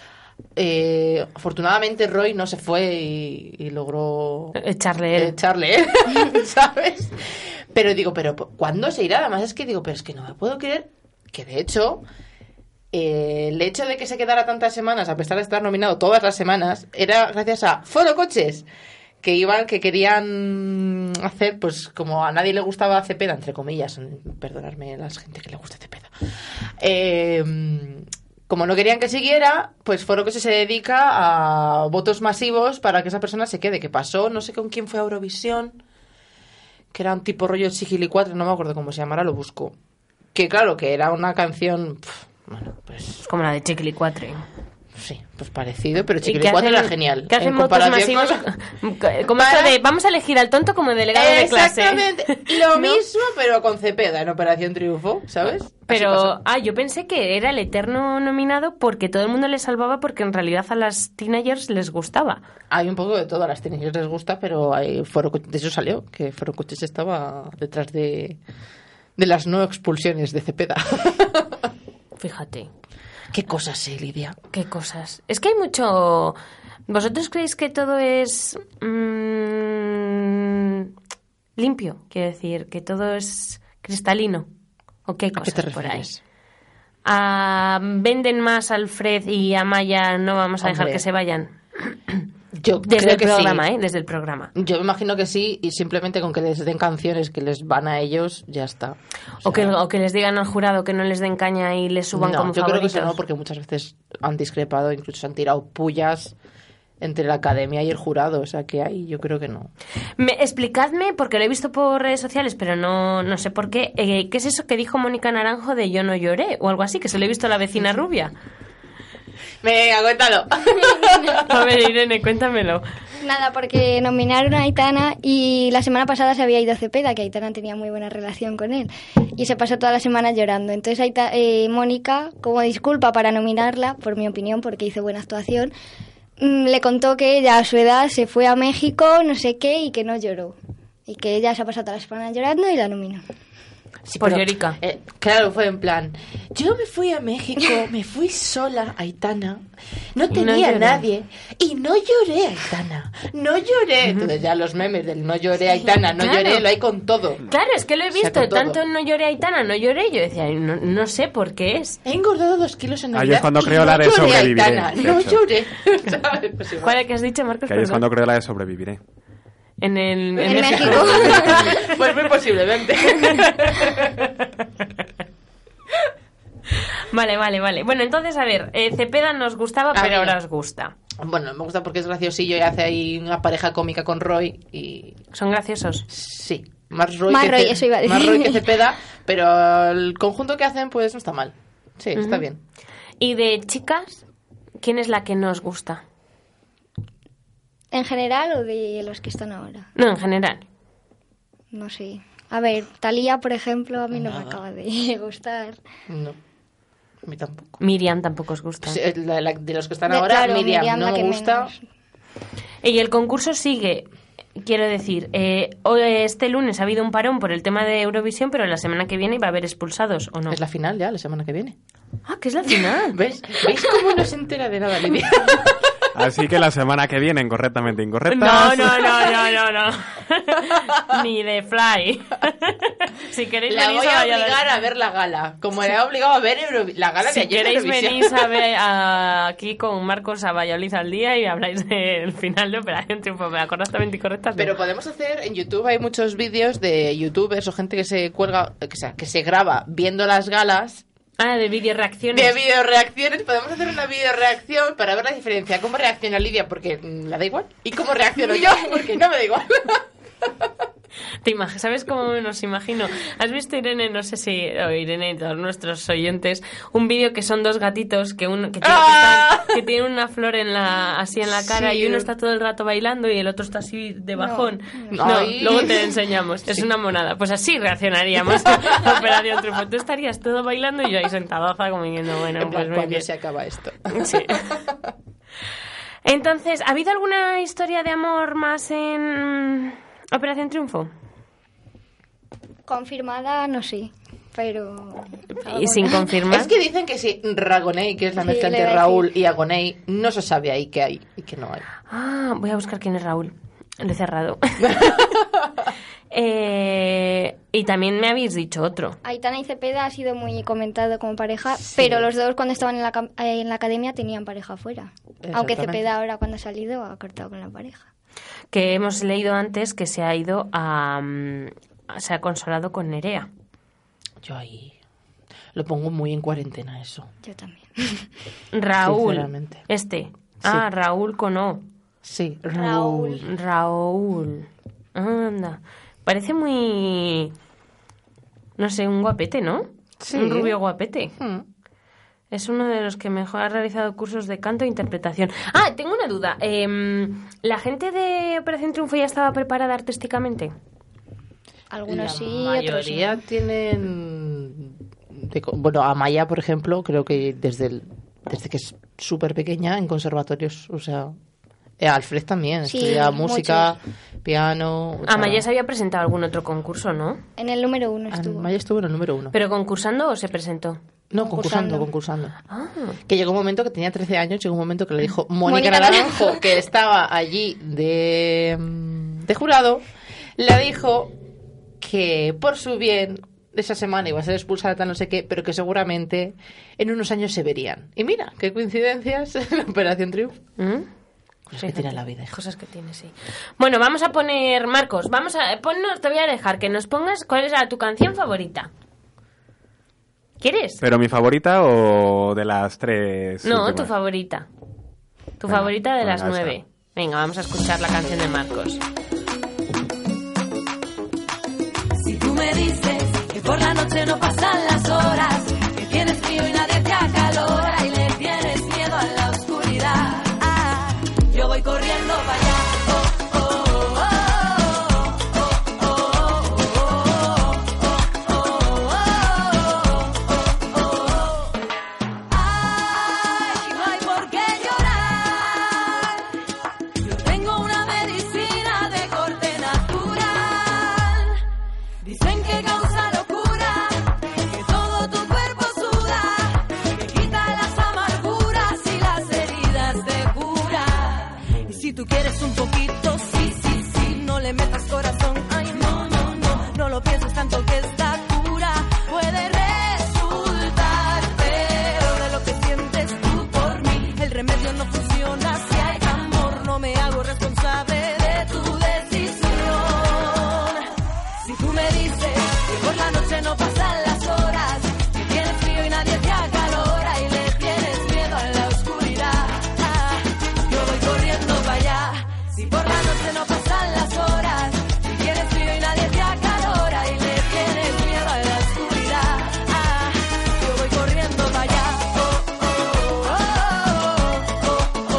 [SPEAKER 4] Eh, afortunadamente Roy no se fue y, y logró
[SPEAKER 2] Echarle el.
[SPEAKER 4] echarle, ¿eh? ¿sabes? Pero digo, pero ¿cuándo se irá? Además es que digo, pero es que no me puedo creer que de hecho eh, el hecho de que se quedara tantas semanas, a pesar de estar nominado todas las semanas, era gracias a Foro Coches, que iban, que querían hacer, pues como a nadie le gustaba Cepeda, entre comillas, perdonarme la gente que le gusta Cepeda. eh, como no querían que siguiera, pues Foro Coches se dedica a votos masivos para que esa persona se quede. Que pasó, no sé con quién fue a Eurovisión, que era un tipo rollo Sigilicuatre, no me acuerdo cómo se llamara, lo busco. Que claro, que era una canción. pf, bueno, pues
[SPEAKER 2] Es como la de Chiquili 4.
[SPEAKER 4] sí, pues parecido, pero Chiquilicuatre era genial.
[SPEAKER 2] Que hacen
[SPEAKER 4] en
[SPEAKER 2] votos
[SPEAKER 4] comparación
[SPEAKER 2] masivos.
[SPEAKER 4] con-
[SPEAKER 2] co- Como esto
[SPEAKER 4] Para-
[SPEAKER 2] de vamos a elegir al tonto como delegado de clase.
[SPEAKER 4] Exactamente, lo
[SPEAKER 2] ¿No?
[SPEAKER 4] mismo, pero con Cepeda en Operación Triunfo, ¿sabes? Así
[SPEAKER 2] Pero,
[SPEAKER 4] pasó.
[SPEAKER 2] ah, yo pensé que era el eterno nominado porque todo el mundo le salvaba porque en realidad a las teenagers les gustaba.
[SPEAKER 4] Hay un poco de todo, a las tenis les gusta, pero hay foro Co- de eso salió, que Foro Coches estaba detrás de, de las no expulsiones de Cepeda.
[SPEAKER 2] Fíjate,
[SPEAKER 4] Qué cosas, sí, Lidia.
[SPEAKER 2] qué cosas. Es que hay mucho... ¿Vosotros creéis que todo es mm, limpio? Quiero decir, que todo es cristalino. ¿O qué
[SPEAKER 4] ¿A qué
[SPEAKER 2] cosas
[SPEAKER 4] te
[SPEAKER 2] por ahí?
[SPEAKER 4] refieres?
[SPEAKER 2] Ah, ¿Venden más a Alfred y a Maya? No vamos a dejar
[SPEAKER 4] Hombre.
[SPEAKER 2] que se vayan.
[SPEAKER 4] Yo
[SPEAKER 2] Desde
[SPEAKER 4] creo
[SPEAKER 2] el
[SPEAKER 4] que
[SPEAKER 2] programa,
[SPEAKER 4] sí.
[SPEAKER 2] ¿eh? Desde el programa.
[SPEAKER 4] Yo me imagino que sí, y simplemente con que les den canciones que les van a ellos, ya está.
[SPEAKER 2] O que,
[SPEAKER 4] sea,
[SPEAKER 2] o que les digan al jurado que no les den caña y les suban
[SPEAKER 4] no,
[SPEAKER 2] como
[SPEAKER 4] yo
[SPEAKER 2] favoritos.
[SPEAKER 4] creo que eso no, porque muchas veces han discrepado, incluso han tirado pullas entre la academia y el jurado, o sea que ahí yo creo que no.
[SPEAKER 2] Me- explicadme, porque lo he visto por redes sociales, pero no, no sé por qué. eh, ¿Qué es eso que dijo Mónica Naranjo de yo no lloré? O algo así, que se lo he visto a la vecina rubia.
[SPEAKER 4] Venga, cuéntalo.
[SPEAKER 2] A ver, Irene, cuéntamelo.
[SPEAKER 3] Nada, porque nominaron a Aitana y la semana pasada se había ido a Cepeda, que Aitana tenía muy buena relación con él. Y se pasó toda la semana llorando. Entonces Aita- eh, Mónica, como disculpa para nominarla, por mi opinión, porque hizo buena actuación, mm, le contó que ella a su edad se fue a México, no sé qué, y que no lloró. Y que ella se ha pasado toda la semana llorando y la nominó.
[SPEAKER 4] Sí,
[SPEAKER 2] Por
[SPEAKER 4] pero,
[SPEAKER 2] Yorica.
[SPEAKER 4] eh, claro, fue en plan. Yo me fui a México, me fui sola, Aitana. No tenía
[SPEAKER 2] lloré.
[SPEAKER 4] nadie. Y no lloré, Aitana. No lloré. Entonces ya los memes del no lloré, Aitana, no
[SPEAKER 2] Claro.
[SPEAKER 4] lloré, lo hay con todo.
[SPEAKER 2] Claro, es que lo he visto.
[SPEAKER 4] Saco todo.
[SPEAKER 2] Tanto en no lloré Aitana, no lloré. Yo decía, "Ay, no, no sé por qué es.
[SPEAKER 4] He engordado dos kilos en
[SPEAKER 5] Ahí
[SPEAKER 4] Navidad.
[SPEAKER 5] es cuando
[SPEAKER 4] y
[SPEAKER 5] creo
[SPEAKER 4] no
[SPEAKER 5] la de
[SPEAKER 4] lloré,
[SPEAKER 5] sobreviviré,
[SPEAKER 4] Aitana,
[SPEAKER 5] de
[SPEAKER 4] No
[SPEAKER 5] hecho.
[SPEAKER 4] lloré. ¿Sabes? Pues igual.
[SPEAKER 2] ¿Cuál es que has dicho, Marcos?
[SPEAKER 5] Que ahí es
[SPEAKER 2] Perdón.
[SPEAKER 5] cuando creo la de ¿eh? sobreviviré.
[SPEAKER 2] En el...
[SPEAKER 3] En México.
[SPEAKER 4] Pues muy posiblemente.
[SPEAKER 2] Vale, vale, vale. Bueno, entonces, a ver, eh, Cepeda nos gustaba, pero
[SPEAKER 4] ver.
[SPEAKER 2] ahora os gusta.
[SPEAKER 4] bueno, me gusta porque es graciosillo y hace ahí una pareja cómica con Roy y
[SPEAKER 2] Son graciosos.
[SPEAKER 4] Sí, más Roy,
[SPEAKER 3] Más
[SPEAKER 4] que,
[SPEAKER 3] Roy,
[SPEAKER 4] Ce-
[SPEAKER 3] eso iba a decir.
[SPEAKER 4] más Roy que Cepeda, pero el conjunto que hacen pues no está mal. Sí, está bien.
[SPEAKER 2] Y de chicas, ¿quién es la que nos gusta?
[SPEAKER 3] ¿En general o de los que están ahora?
[SPEAKER 2] No, en general.
[SPEAKER 3] No sé. A ver, Talía, por ejemplo, a mí no me acaba de gustar.
[SPEAKER 4] No, a mí tampoco.
[SPEAKER 2] Miriam tampoco os gusta.
[SPEAKER 4] Sí, la- la- de los que están
[SPEAKER 3] Ah. De-
[SPEAKER 4] ahora,
[SPEAKER 3] claro,
[SPEAKER 4] Miriam,
[SPEAKER 3] Miriam,
[SPEAKER 4] no
[SPEAKER 3] la
[SPEAKER 4] me
[SPEAKER 3] que
[SPEAKER 4] gusta.
[SPEAKER 3] menos.
[SPEAKER 2] Y el concurso sigue. Quiero decir, eh, hoy- este lunes ha habido un parón por el tema de Eurovisión, pero la semana que viene va a haber expulsados, ¿o no?
[SPEAKER 4] Es la final ya, la semana que viene.
[SPEAKER 2] Ah, que es la final.
[SPEAKER 4] ¿Ves? ¿Veis cómo no se entera de nada, Lidia?
[SPEAKER 5] Así que la semana que viene, en correctamente
[SPEAKER 2] No,
[SPEAKER 5] incorrectas.
[SPEAKER 2] no, no, no, no, no. Ni de fly. si queréis
[SPEAKER 4] La
[SPEAKER 2] venís
[SPEAKER 4] voy a
[SPEAKER 2] Valladolid.
[SPEAKER 4] obligar a ver la gala, como la he obligado a ver Eurovi- la gala de
[SPEAKER 2] Si
[SPEAKER 4] ayer de
[SPEAKER 2] queréis
[SPEAKER 4] Eurovisión.
[SPEAKER 2] venís a ver a- aquí con Marcos a Valladolid al día y habláis del final de Operación Triunfo. ¿Me acordáis también de correctas?
[SPEAKER 4] Pero podemos hacer en YouTube, hay muchos vídeos de youtubers o gente que se cuelga, o sea, que se graba viendo las galas
[SPEAKER 2] Ah, de video reacciones.
[SPEAKER 4] De videoreacciones, podemos hacer una videoreacción para ver la diferencia. ¿Cómo reacciona Lidia? Porque mm, la da igual. ¿Y cómo reacciono yo? Porque no me da igual.
[SPEAKER 2] Te imag- ¿Sabes cómo me nos imagino? ¿Has visto, Irene, no sé si, o Irene y todos nuestros oyentes, un vídeo que son dos gatitos que uno que tiene,
[SPEAKER 4] ¡Ah!
[SPEAKER 2] que están- que tiene una flor en la, así en la cara
[SPEAKER 4] Sí.
[SPEAKER 2] y uno está todo el rato bailando y el otro está así de bajón? No,
[SPEAKER 4] no. Ay.
[SPEAKER 2] luego te lo enseñamos. Es una monada. Pues así reaccionaríamos a Operación Triunfo. Tú estarías todo bailando y yo ahí sentadaza como diciendo, bueno,
[SPEAKER 4] En plan,
[SPEAKER 2] pues muy
[SPEAKER 4] ¿cuándo
[SPEAKER 2] bien.
[SPEAKER 4] se acaba esto?
[SPEAKER 2] Sí. Entonces, ¿ha habido alguna historia de amor más en mm, Operación Triunfo?
[SPEAKER 3] Confirmada, no sé, pero... ah,
[SPEAKER 2] Y sin confirmar.
[SPEAKER 4] Ah, Es que dicen que si Ragonei, que es la
[SPEAKER 3] Sí,
[SPEAKER 4] mezcla
[SPEAKER 3] le
[SPEAKER 4] entre
[SPEAKER 3] iba a decir.
[SPEAKER 4] Raúl y Agonei, no se sabe ahí qué hay y qué no hay.
[SPEAKER 2] Ah, voy a buscar quién es Raúl. Lo he cerrado. Eh, Y también me habéis dicho otro.
[SPEAKER 3] Aitana y Cepeda ha sido muy comentado como pareja, pero los dos cuando estaban en la, cam- eh, en la academia tenían pareja afuera. Aunque
[SPEAKER 4] Exactamente.
[SPEAKER 3] Cepeda ahora cuando ha salido ha cortado con la pareja.
[SPEAKER 2] Que hemos leído antes que se ha ido a... mm, se ha consolado con Nerea.
[SPEAKER 4] Yo ahí lo pongo muy en cuarentena eso.
[SPEAKER 3] Yo también.
[SPEAKER 2] Raúl.
[SPEAKER 4] Sinceramente.
[SPEAKER 2] Este. Ah, Raúl con O.
[SPEAKER 4] Sí,
[SPEAKER 3] Raúl.
[SPEAKER 2] Raúl. Anda. Parece muy... No sé, un guapete, ¿no?
[SPEAKER 4] Sí.
[SPEAKER 2] Un rubio guapete.
[SPEAKER 4] Mm.
[SPEAKER 2] Es uno de los que mejor ha realizado cursos de canto e interpretación. Ah, tengo una duda. Em, ¿La gente de Operación Triunfo ya estaba preparada artísticamente?
[SPEAKER 3] Algunos
[SPEAKER 4] la
[SPEAKER 3] sí, otros no.
[SPEAKER 4] mayoría tienen... de co- bueno, Amaya, por ejemplo, creo que desde, el- desde que es súper pequeña en conservatorios, o sea... eh, Alfred también,
[SPEAKER 3] Sí,
[SPEAKER 4] estudia música, piano... o sea,
[SPEAKER 2] Amaya se había presentado a algún otro concurso, ¿no?
[SPEAKER 3] En el número uno estuvo.
[SPEAKER 4] Amaya estuvo en el número uno.
[SPEAKER 2] ¿Pero concursando o se presentó?
[SPEAKER 4] no, concursando, concursando. Que llegó un momento que tenía 13 años, llegó un momento que le dijo Ah.
[SPEAKER 3] Mónica
[SPEAKER 4] Mónica Naranjo,
[SPEAKER 3] Naranjo.
[SPEAKER 4] que estaba allí de, mm, de jurado, le dijo que por su bien esa semana iba a ser expulsada tal no sé qué, pero que seguramente en unos años se verían. Y mira, qué coincidencias en la Operación Triunfo.
[SPEAKER 2] ¿Mm?
[SPEAKER 4] Cosas que tiene la vida. hija.
[SPEAKER 2] Cosas que tiene, sí. Bueno, vamos a poner, Marcos, vamos a ponnos, te voy a dejar que nos pongas cuál es la- tu canción favorita. ¿Quieres?
[SPEAKER 5] ¿Pero mi favorita o de las tres?
[SPEAKER 2] no,
[SPEAKER 5] últimas?
[SPEAKER 2] tu favorita. Tu
[SPEAKER 5] Venga,
[SPEAKER 2] favorita de
[SPEAKER 5] venga,
[SPEAKER 2] las
[SPEAKER 5] esta.
[SPEAKER 2] nueve. Venga, vamos a escuchar la canción de Marcos.
[SPEAKER 7] Si tú me dices que por la noche no pasan las horas, que tienes frío y nadie te acalora y le tienes miedo a la oscuridad, ah, yo voy corriendo para allá. Oh, oh, oh, oh, oh, oh, oh, oh, oh, oh, oh. Ay, no hay por qué llorar. Yo tengo una medicina de corte natural. Dicen que causa locura, que todo tu cuerpo suda, que quita las amarguras y las heridas de cura. Y si tú quieres un poquito, sí, sí, sí, no le metas corazón, ay, no, no, no, no lo pienses tanto que esta cura puede resultar peor de lo que sientes tú por mí. El remedio no funciona si hay amor, no me hago responsable de tu decisión. Si tú me dices que por la noche no pasan las horas, que tienes frío y nadie te acalora y le tienes miedo a la oscuridad, ah, yo voy corriendo para allá. Si por la noche no pasan las horas, que tienes frío y nadie te acalora y le tienes miedo a la oscuridad, ah, yo voy corriendo para allá. Oh, oh, oh, oh, oh, oh,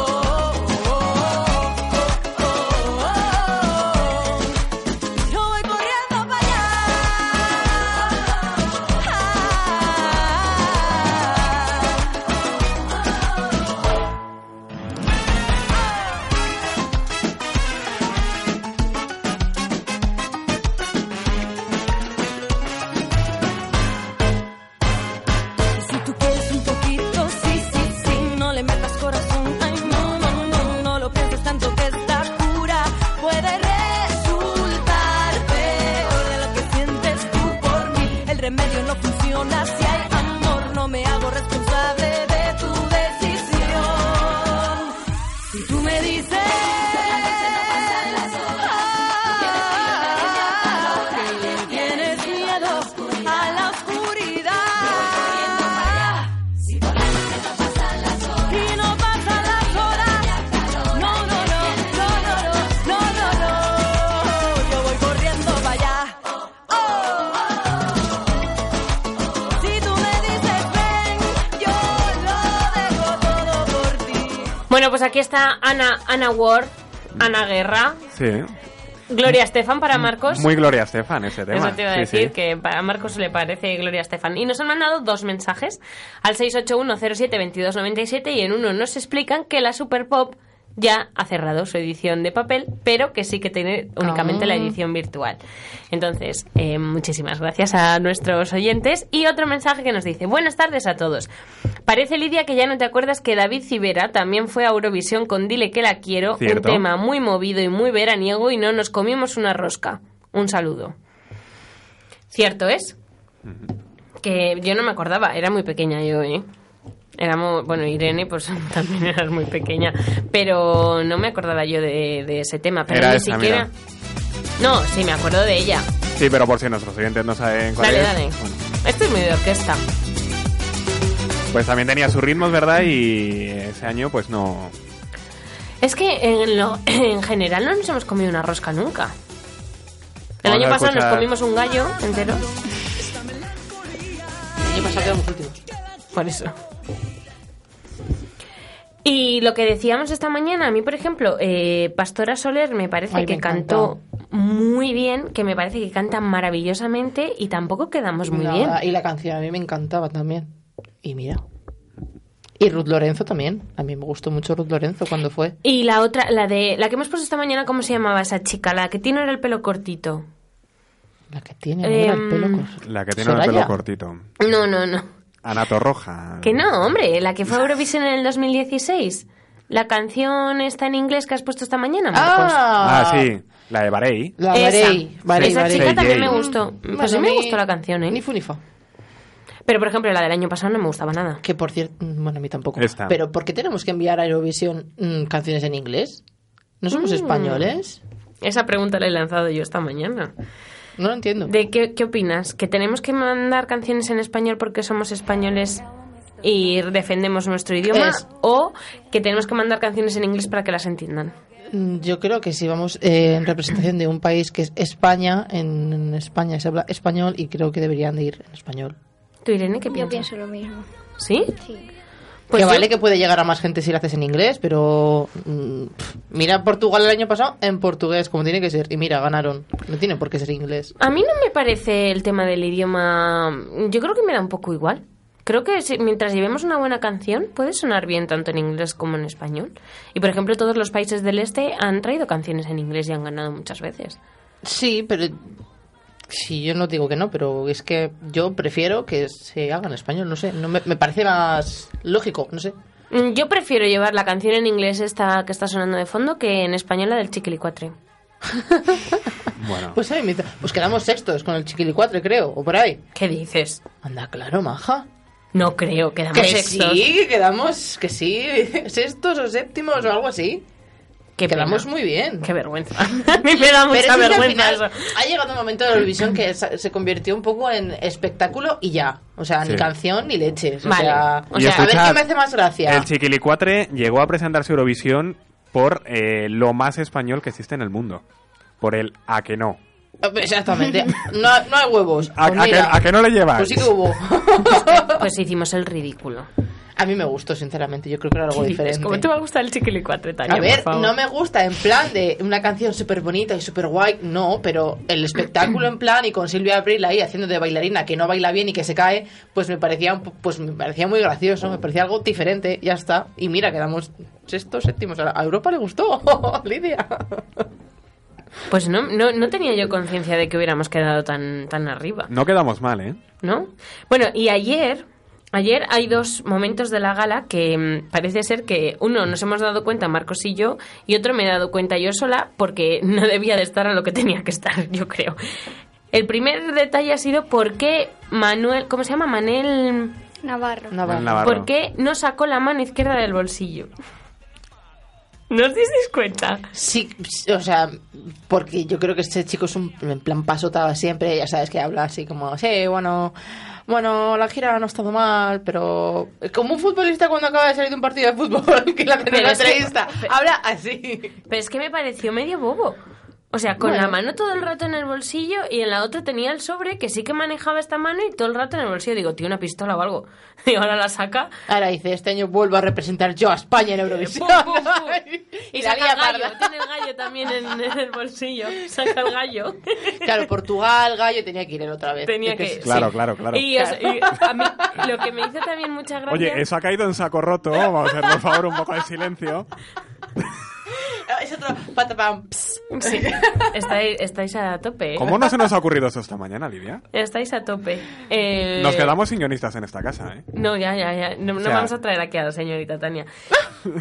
[SPEAKER 7] oh, oh, oh, oh. Yo voy corriendo para allá. Ah. Y Si tú quieres un poquito, sí, sí, sí, no le metas corazón. Ay, no, no, no, no lo pienses tanto que esta cura puede resultar peor de lo que sientes tú por mí. El remedio no funciona si hay amor, no me hago responsable de tu decisión. Si tú me dices. "Ah, que Tienes miedo a la oscuridad. Y no pasan las horas. No, no, no, no, no, no, no, no, no. Yo voy corriendo para allá. Oh. Si tú me dices ven, yo lo dejo todo por ti.
[SPEAKER 2] Bueno, pues aquí está Ana, Ana Ward, Ana Guerra,
[SPEAKER 5] Sí.
[SPEAKER 2] Gloria Estefan
[SPEAKER 5] Mm,
[SPEAKER 2] para Marcos.
[SPEAKER 5] Muy Gloria Estefan ese tema.
[SPEAKER 2] Eso te iba a
[SPEAKER 5] Sí,
[SPEAKER 2] decir,
[SPEAKER 5] sí.
[SPEAKER 2] que para Marcos le parece Gloria Estefan. Y nos han mandado dos mensajes al 681072297 y en uno nos explican que la Super Pop ya ha cerrado su edición de papel, pero que sí que tiene únicamente la edición virtual. Entonces, eh, muchísimas gracias a nuestros oyentes. Y otro mensaje que nos dice, buenas tardes a todos. Parece, Lidia, que ya no te acuerdas que David Civera también fue a Eurovisión con Dile que la quiero,
[SPEAKER 5] Cierto.
[SPEAKER 2] un tema muy movido y muy veraniego y no nos comimos una rosca. Un saludo. Cierto es que yo no me acordaba, era muy pequeña yo, ¿eh? Éramos, bueno, Irene, pues también eras muy pequeña, pero no me acordaba yo de, de ese tema, pero
[SPEAKER 5] Era
[SPEAKER 2] ni
[SPEAKER 5] esa,
[SPEAKER 2] siquiera...
[SPEAKER 5] mira.
[SPEAKER 2] No, sí, me acuerdo de ella.
[SPEAKER 5] Sí, pero por si nuestros oyentes no saben cuál
[SPEAKER 2] Dale,
[SPEAKER 5] es.
[SPEAKER 2] dale.
[SPEAKER 5] bueno,
[SPEAKER 2] Esto es muy de orquesta.
[SPEAKER 5] Pues también tenía sus ritmos, ¿verdad? Y ese año, pues no.
[SPEAKER 2] Es que en, lo, en general no nos hemos comido una rosca nunca. El
[SPEAKER 5] Vamos
[SPEAKER 2] año
[SPEAKER 5] a
[SPEAKER 2] pasado nos
[SPEAKER 5] escuchar-
[SPEAKER 2] comimos un gallo entero.
[SPEAKER 4] El año pasado quedamos últimos.
[SPEAKER 2] Por eso. Y lo que decíamos esta mañana, a mí, por ejemplo, eh, Pastora Soler me parece
[SPEAKER 4] Ay, me
[SPEAKER 2] que cantó muy bien, que me parece que canta maravillosamente y tampoco
[SPEAKER 4] Pues
[SPEAKER 2] quedamos muy bien.
[SPEAKER 4] Nada, Y la canción a mí me encantaba también. Y mira. Y Ruth Lorenzo también. A mí me gustó mucho Ruth Lorenzo cuando fue.
[SPEAKER 2] Y la otra, la de la que hemos puesto esta mañana, ¿cómo se llamaba esa chica? La que tiene ahora el pelo cortito.
[SPEAKER 4] La que tiene ahora el
[SPEAKER 2] Em,
[SPEAKER 4] pelo corto.
[SPEAKER 5] La que tiene el
[SPEAKER 4] Soraya.
[SPEAKER 5] pelo cortito.
[SPEAKER 2] No, no, no.
[SPEAKER 5] Anato Roja.
[SPEAKER 2] Que no, hombre, la que fue a Eurovisión en el 2016. La canción está en inglés que has puesto esta mañana, Marcos.
[SPEAKER 5] Ah, sí. La de Barei.
[SPEAKER 4] La
[SPEAKER 2] Esa.
[SPEAKER 4] Varey. Varey,
[SPEAKER 2] Esa
[SPEAKER 4] Varey.
[SPEAKER 2] chica también me
[SPEAKER 5] Varey.
[SPEAKER 2] gustó.
[SPEAKER 4] Mm,
[SPEAKER 2] Pues a mí
[SPEAKER 4] bueno,
[SPEAKER 2] me
[SPEAKER 4] ni-
[SPEAKER 2] gustó la canción, ¿eh?
[SPEAKER 4] Ni fu ni fa.
[SPEAKER 2] Pero, por ejemplo, la del año pasado no me gustaba nada.
[SPEAKER 4] Que por cierto, mm, bueno, a mí tampoco.
[SPEAKER 5] Esta.
[SPEAKER 4] Pero ¿por qué tenemos que enviar a Eurovisión mm, canciones en inglés? ¿No somos
[SPEAKER 2] Mm.
[SPEAKER 4] españoles?
[SPEAKER 2] Esa pregunta la he lanzado yo esta mañana.
[SPEAKER 4] No lo entiendo.
[SPEAKER 2] ¿De qué, qué opinas? ¿Que tenemos que mandar canciones en español porque somos españoles y defendemos nuestro idioma?
[SPEAKER 4] Es.
[SPEAKER 2] ¿O que tenemos que mandar canciones en inglés para que las entiendan?
[SPEAKER 4] Mm, Yo creo que si vamos eh, en representación de un país que es España, en, en España se habla español y creo que deberían de ir en español.
[SPEAKER 2] ¿Tú, Irene, qué
[SPEAKER 3] Yo
[SPEAKER 2] piensas?
[SPEAKER 3] pienso lo mismo.
[SPEAKER 2] ¿Sí?
[SPEAKER 3] Sí.
[SPEAKER 2] Pues
[SPEAKER 4] que
[SPEAKER 2] yo-
[SPEAKER 4] vale que puede llegar a más gente si lo haces en inglés, pero mm, pff, mira Portugal el año pasado en portugués, como tiene que ser. Y mira, ganaron. No tiene por qué ser inglés.
[SPEAKER 2] A mí no me parece el tema del idioma. Yo creo que me da un poco igual. Creo que si- mientras llevemos una buena canción, puede sonar bien tanto en inglés como en español. Y por ejemplo, todos los países del este han traído canciones en inglés y han ganado muchas veces.
[SPEAKER 4] Sí, pero... Sí, yo no digo que no, pero es que yo prefiero que se haga en español, no sé. No me, me parece más lógico, no sé.
[SPEAKER 2] Mm, Yo prefiero llevar la canción en inglés esta que está sonando de fondo que en español la del chiquilicuatre.
[SPEAKER 5] Bueno.
[SPEAKER 4] Pues ahí me dice, pues quedamos sextos con el chiquilicuatre, creo, o por ahí.
[SPEAKER 2] ¿Qué dices?
[SPEAKER 4] Anda, claro, maja.
[SPEAKER 2] No creo, quedamos
[SPEAKER 4] Que
[SPEAKER 2] sextos.
[SPEAKER 4] sí, que quedamos, que sí, sextos o séptimos o algo así.
[SPEAKER 2] Qué pena.
[SPEAKER 4] quedamos muy bien.
[SPEAKER 2] Qué vergüenza. A mí me da mucha
[SPEAKER 4] Pero es que al
[SPEAKER 2] vergüenza
[SPEAKER 4] final
[SPEAKER 2] eso.
[SPEAKER 4] ha llegado un momento de Eurovisión que se se convirtió un poco en espectáculo y ya. O sea, ni
[SPEAKER 5] Sí.
[SPEAKER 4] canción ni leches. O
[SPEAKER 2] Vale.
[SPEAKER 4] sea,
[SPEAKER 2] O sea,
[SPEAKER 4] a ver
[SPEAKER 5] escuchad,
[SPEAKER 4] qué me hace más gracia.
[SPEAKER 5] El Chiquilicuatre llegó a presentarse a Eurovisión por eh, lo más español que existe en el mundo. Por el a que no.
[SPEAKER 4] Exactamente. No, no hay huevos.
[SPEAKER 5] A,
[SPEAKER 4] Pues
[SPEAKER 5] a
[SPEAKER 4] mira,
[SPEAKER 5] que, a que no le llevas.
[SPEAKER 4] Pues sí que hubo.
[SPEAKER 2] Pues hicimos el ridículo.
[SPEAKER 4] a mí me gustó, sinceramente. Yo creo que era algo
[SPEAKER 2] ¿Qué dices?
[SPEAKER 4] diferente.
[SPEAKER 2] ¿Cómo te va a gustar el chiquilicuatre, Tania?
[SPEAKER 4] A ver,
[SPEAKER 2] por favor?
[SPEAKER 4] no me gusta en plan de una canción súper bonita y súper guay, no, pero el espectáculo en plan y con Silvia Abril ahí haciendo de bailarina que no baila bien y que se cae, pues me parecía un po- pues me parecía muy gracioso, me parecía algo diferente, ya está. Y mira, quedamos sextos, séptimos. A Europa le gustó, Lidia.
[SPEAKER 2] Pues no, no, no tenía yo conciencia de que hubiéramos quedado tan, tan arriba,
[SPEAKER 5] No quedamos mal, ¿eh?
[SPEAKER 2] ¿no? Bueno, y ayer, ayer hay dos momentos de la gala que mm, parece ser que uno nos hemos dado cuenta, Marcos y yo, y otro me he dado cuenta yo sola porque no debía de estar a lo que tenía que estar, yo creo. El primer detalle ha sido por qué Manuel, ¿cómo se llama? Manel...
[SPEAKER 3] Navarro.
[SPEAKER 5] El Navarro.
[SPEAKER 2] ¿Por qué no sacó la mano izquierda del bolsillo? ¿No os disteis cuenta?
[SPEAKER 4] Sí, o sea, porque yo creo que este chico es un en plan pasotado siempre, ya sabes que habla así como, sí, bueno, bueno, la gira no ha estado mal, pero es como un futbolista cuando acaba de salir de un partido de fútbol que le hacen
[SPEAKER 2] Pero
[SPEAKER 4] una
[SPEAKER 2] es que-
[SPEAKER 4] entrevista, habla así.
[SPEAKER 2] Pero es que me pareció medio bobo. O sea, con la mano todo el rato en el bolsillo y en la otra tenía el sobre que sí que manejaba esta mano y todo el rato en el bolsillo. Digo, tío, una pistola o algo. Y ahora la saca.
[SPEAKER 4] Ahora dice, este año vuelvo a representar yo a España en Eurovisión.
[SPEAKER 2] Pum, pum, pum.
[SPEAKER 4] y la
[SPEAKER 2] saca
[SPEAKER 4] lía
[SPEAKER 2] el gallo.
[SPEAKER 4] parda.
[SPEAKER 2] Tiene el gallo también en, en el bolsillo. Saca el gallo.
[SPEAKER 4] Claro, Portugal, Gallo, tenía que ir él otra vez.
[SPEAKER 2] Tenía
[SPEAKER 4] Yo
[SPEAKER 2] que...
[SPEAKER 4] qué sé.
[SPEAKER 2] sí.
[SPEAKER 5] Claro, claro, claro.
[SPEAKER 2] Y, o sea, y a mí lo que me hizo también mucha gracia...
[SPEAKER 5] Oye, eso ha caído en saco roto. Vamos a hacer, por favor, un poco de silencio.
[SPEAKER 4] Ah, es otro patapam. ps.
[SPEAKER 2] Sí. Estáis, estáis a tope. ¿eh?
[SPEAKER 5] ¿Cómo no se nos ha ocurrido eso esta mañana, Lidia?
[SPEAKER 2] Estáis a tope. Eh,
[SPEAKER 5] Nos quedamos sin guionistas en esta casa, ¿eh?
[SPEAKER 2] No, ya, ya, ya. No, no
[SPEAKER 5] O sea-
[SPEAKER 2] vamos a traer aquí a la señorita Tania.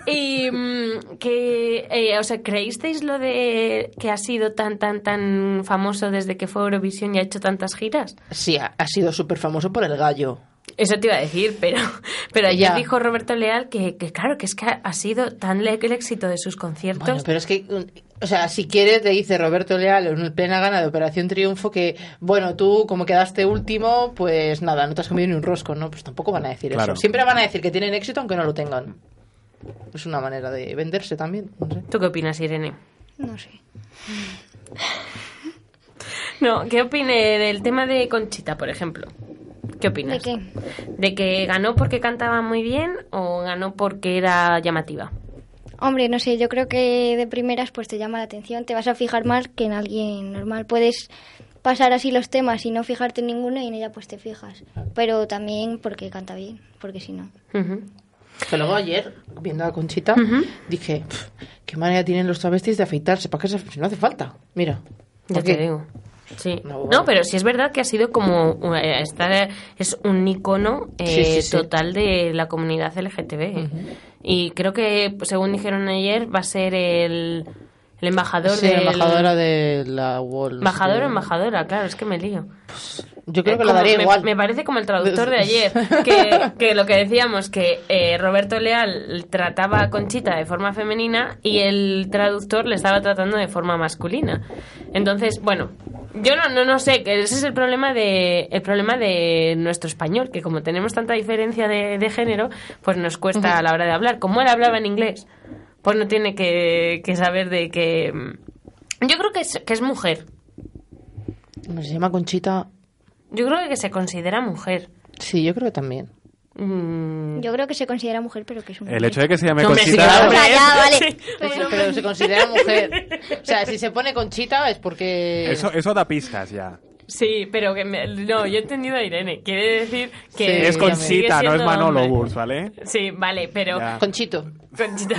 [SPEAKER 2] y mm, que, eh, o sea, ¿creísteis lo de que ha sido tan, tan, tan famoso desde que fue a Eurovisión y ha hecho tantas giras?
[SPEAKER 4] Sí, ha, ha sido súper famoso por el gallo.
[SPEAKER 2] Eso te iba a decir, pero, pero ayer
[SPEAKER 4] Ya.
[SPEAKER 2] dijo Roberto Leal que, que claro, que es que ha- ha sido tan le- el éxito de sus conciertos.
[SPEAKER 4] Bueno, pero es que, mm, o sea, si quieres, te dice Roberto Leal en plena gana de Operación Triunfo que, bueno, tú como quedaste último, pues nada, no te has comido ni un rosco, ¿no? Pues tampoco van a decir
[SPEAKER 5] Claro.
[SPEAKER 4] eso. Siempre van a decir que tienen éxito aunque no lo tengan. Es una manera de venderse también, no sé.
[SPEAKER 2] ¿Tú qué opinas, Irene?
[SPEAKER 3] No sé.
[SPEAKER 2] No, ¿qué opine del tema de Conchita, por ejemplo? ¿Qué opinas?
[SPEAKER 3] ¿De qué?
[SPEAKER 2] ¿De que ganó porque cantaba muy bien o ganó porque era llamativa?
[SPEAKER 3] Hombre, no sé, yo creo que de primeras pues te llama la atención, te vas a fijar más que en alguien normal. Puedes pasar así los temas y no fijarte en ninguno y en ella pues te fijas. Pero también porque canta bien, porque si no.
[SPEAKER 2] Ujú.
[SPEAKER 4] Que luego ayer, viendo a Conchita, dije, "Pf, qué manera tienen los travestis de afeitarse, ¿para qué se- si no hace falta? Mira.
[SPEAKER 2] Ya
[SPEAKER 4] ¿por
[SPEAKER 2] te
[SPEAKER 4] qué?
[SPEAKER 2] digo. Sí.
[SPEAKER 4] No,
[SPEAKER 2] No,
[SPEAKER 4] bueno.
[SPEAKER 2] pero sí es verdad que ha sido como eh, estar es un icono eh,
[SPEAKER 4] Sí, sí, sí.
[SPEAKER 2] total de la comunidad LGTB. eh. Y creo que pues, según dijeron ayer va a ser el, el embajador
[SPEAKER 4] Sí,
[SPEAKER 2] del-
[SPEAKER 4] embajadora de la Wall.
[SPEAKER 2] embajador o
[SPEAKER 4] de-
[SPEAKER 2] embajadora, claro, es que me lío.
[SPEAKER 4] Yo creo
[SPEAKER 2] Eh,
[SPEAKER 4] que lo
[SPEAKER 2] como-
[SPEAKER 4] daría
[SPEAKER 2] me,
[SPEAKER 4] igual.
[SPEAKER 2] Me parece como el traductor de ayer, que, que lo que decíamos, que eh, Roberto Leal trataba a Conchita de forma femenina y el traductor le estaba tratando de forma masculina. Entonces, bueno, yo no, no, no sé, que ese es el problema, de, el problema de nuestro español, que como tenemos tanta diferencia de, de género, pues nos cuesta a la hora de hablar. Como él hablaba en inglés, pues no tiene que, que saber de que... Yo creo que es, que es mujer.
[SPEAKER 4] Hombre, Se llama Conchita.
[SPEAKER 2] Yo creo que se considera mujer.
[SPEAKER 4] Sí, yo creo que también.
[SPEAKER 2] Mm,
[SPEAKER 3] Yo creo que se considera mujer, pero que es un
[SPEAKER 5] El hecho de que se llame
[SPEAKER 2] Hombre, sí,
[SPEAKER 5] Conchita...
[SPEAKER 2] claro.
[SPEAKER 3] O sea, ya, vale.
[SPEAKER 2] Sí.
[SPEAKER 3] Pero-
[SPEAKER 4] Pero se considera mujer. O sea, si se pone Conchita es porque.
[SPEAKER 5] Eso, eso da pistas ya.
[SPEAKER 2] Sí, pero que me- no, yo he entendido a Irene. Quiere decir que
[SPEAKER 4] Sí,
[SPEAKER 5] es
[SPEAKER 4] obviamente.
[SPEAKER 5] Conchita,
[SPEAKER 2] sigue
[SPEAKER 5] no es
[SPEAKER 2] siendo hombre.
[SPEAKER 5] Manolo Burs, ¿vale?
[SPEAKER 2] Sí, vale, pero
[SPEAKER 5] Ya.
[SPEAKER 4] Conchito.
[SPEAKER 2] Conchita.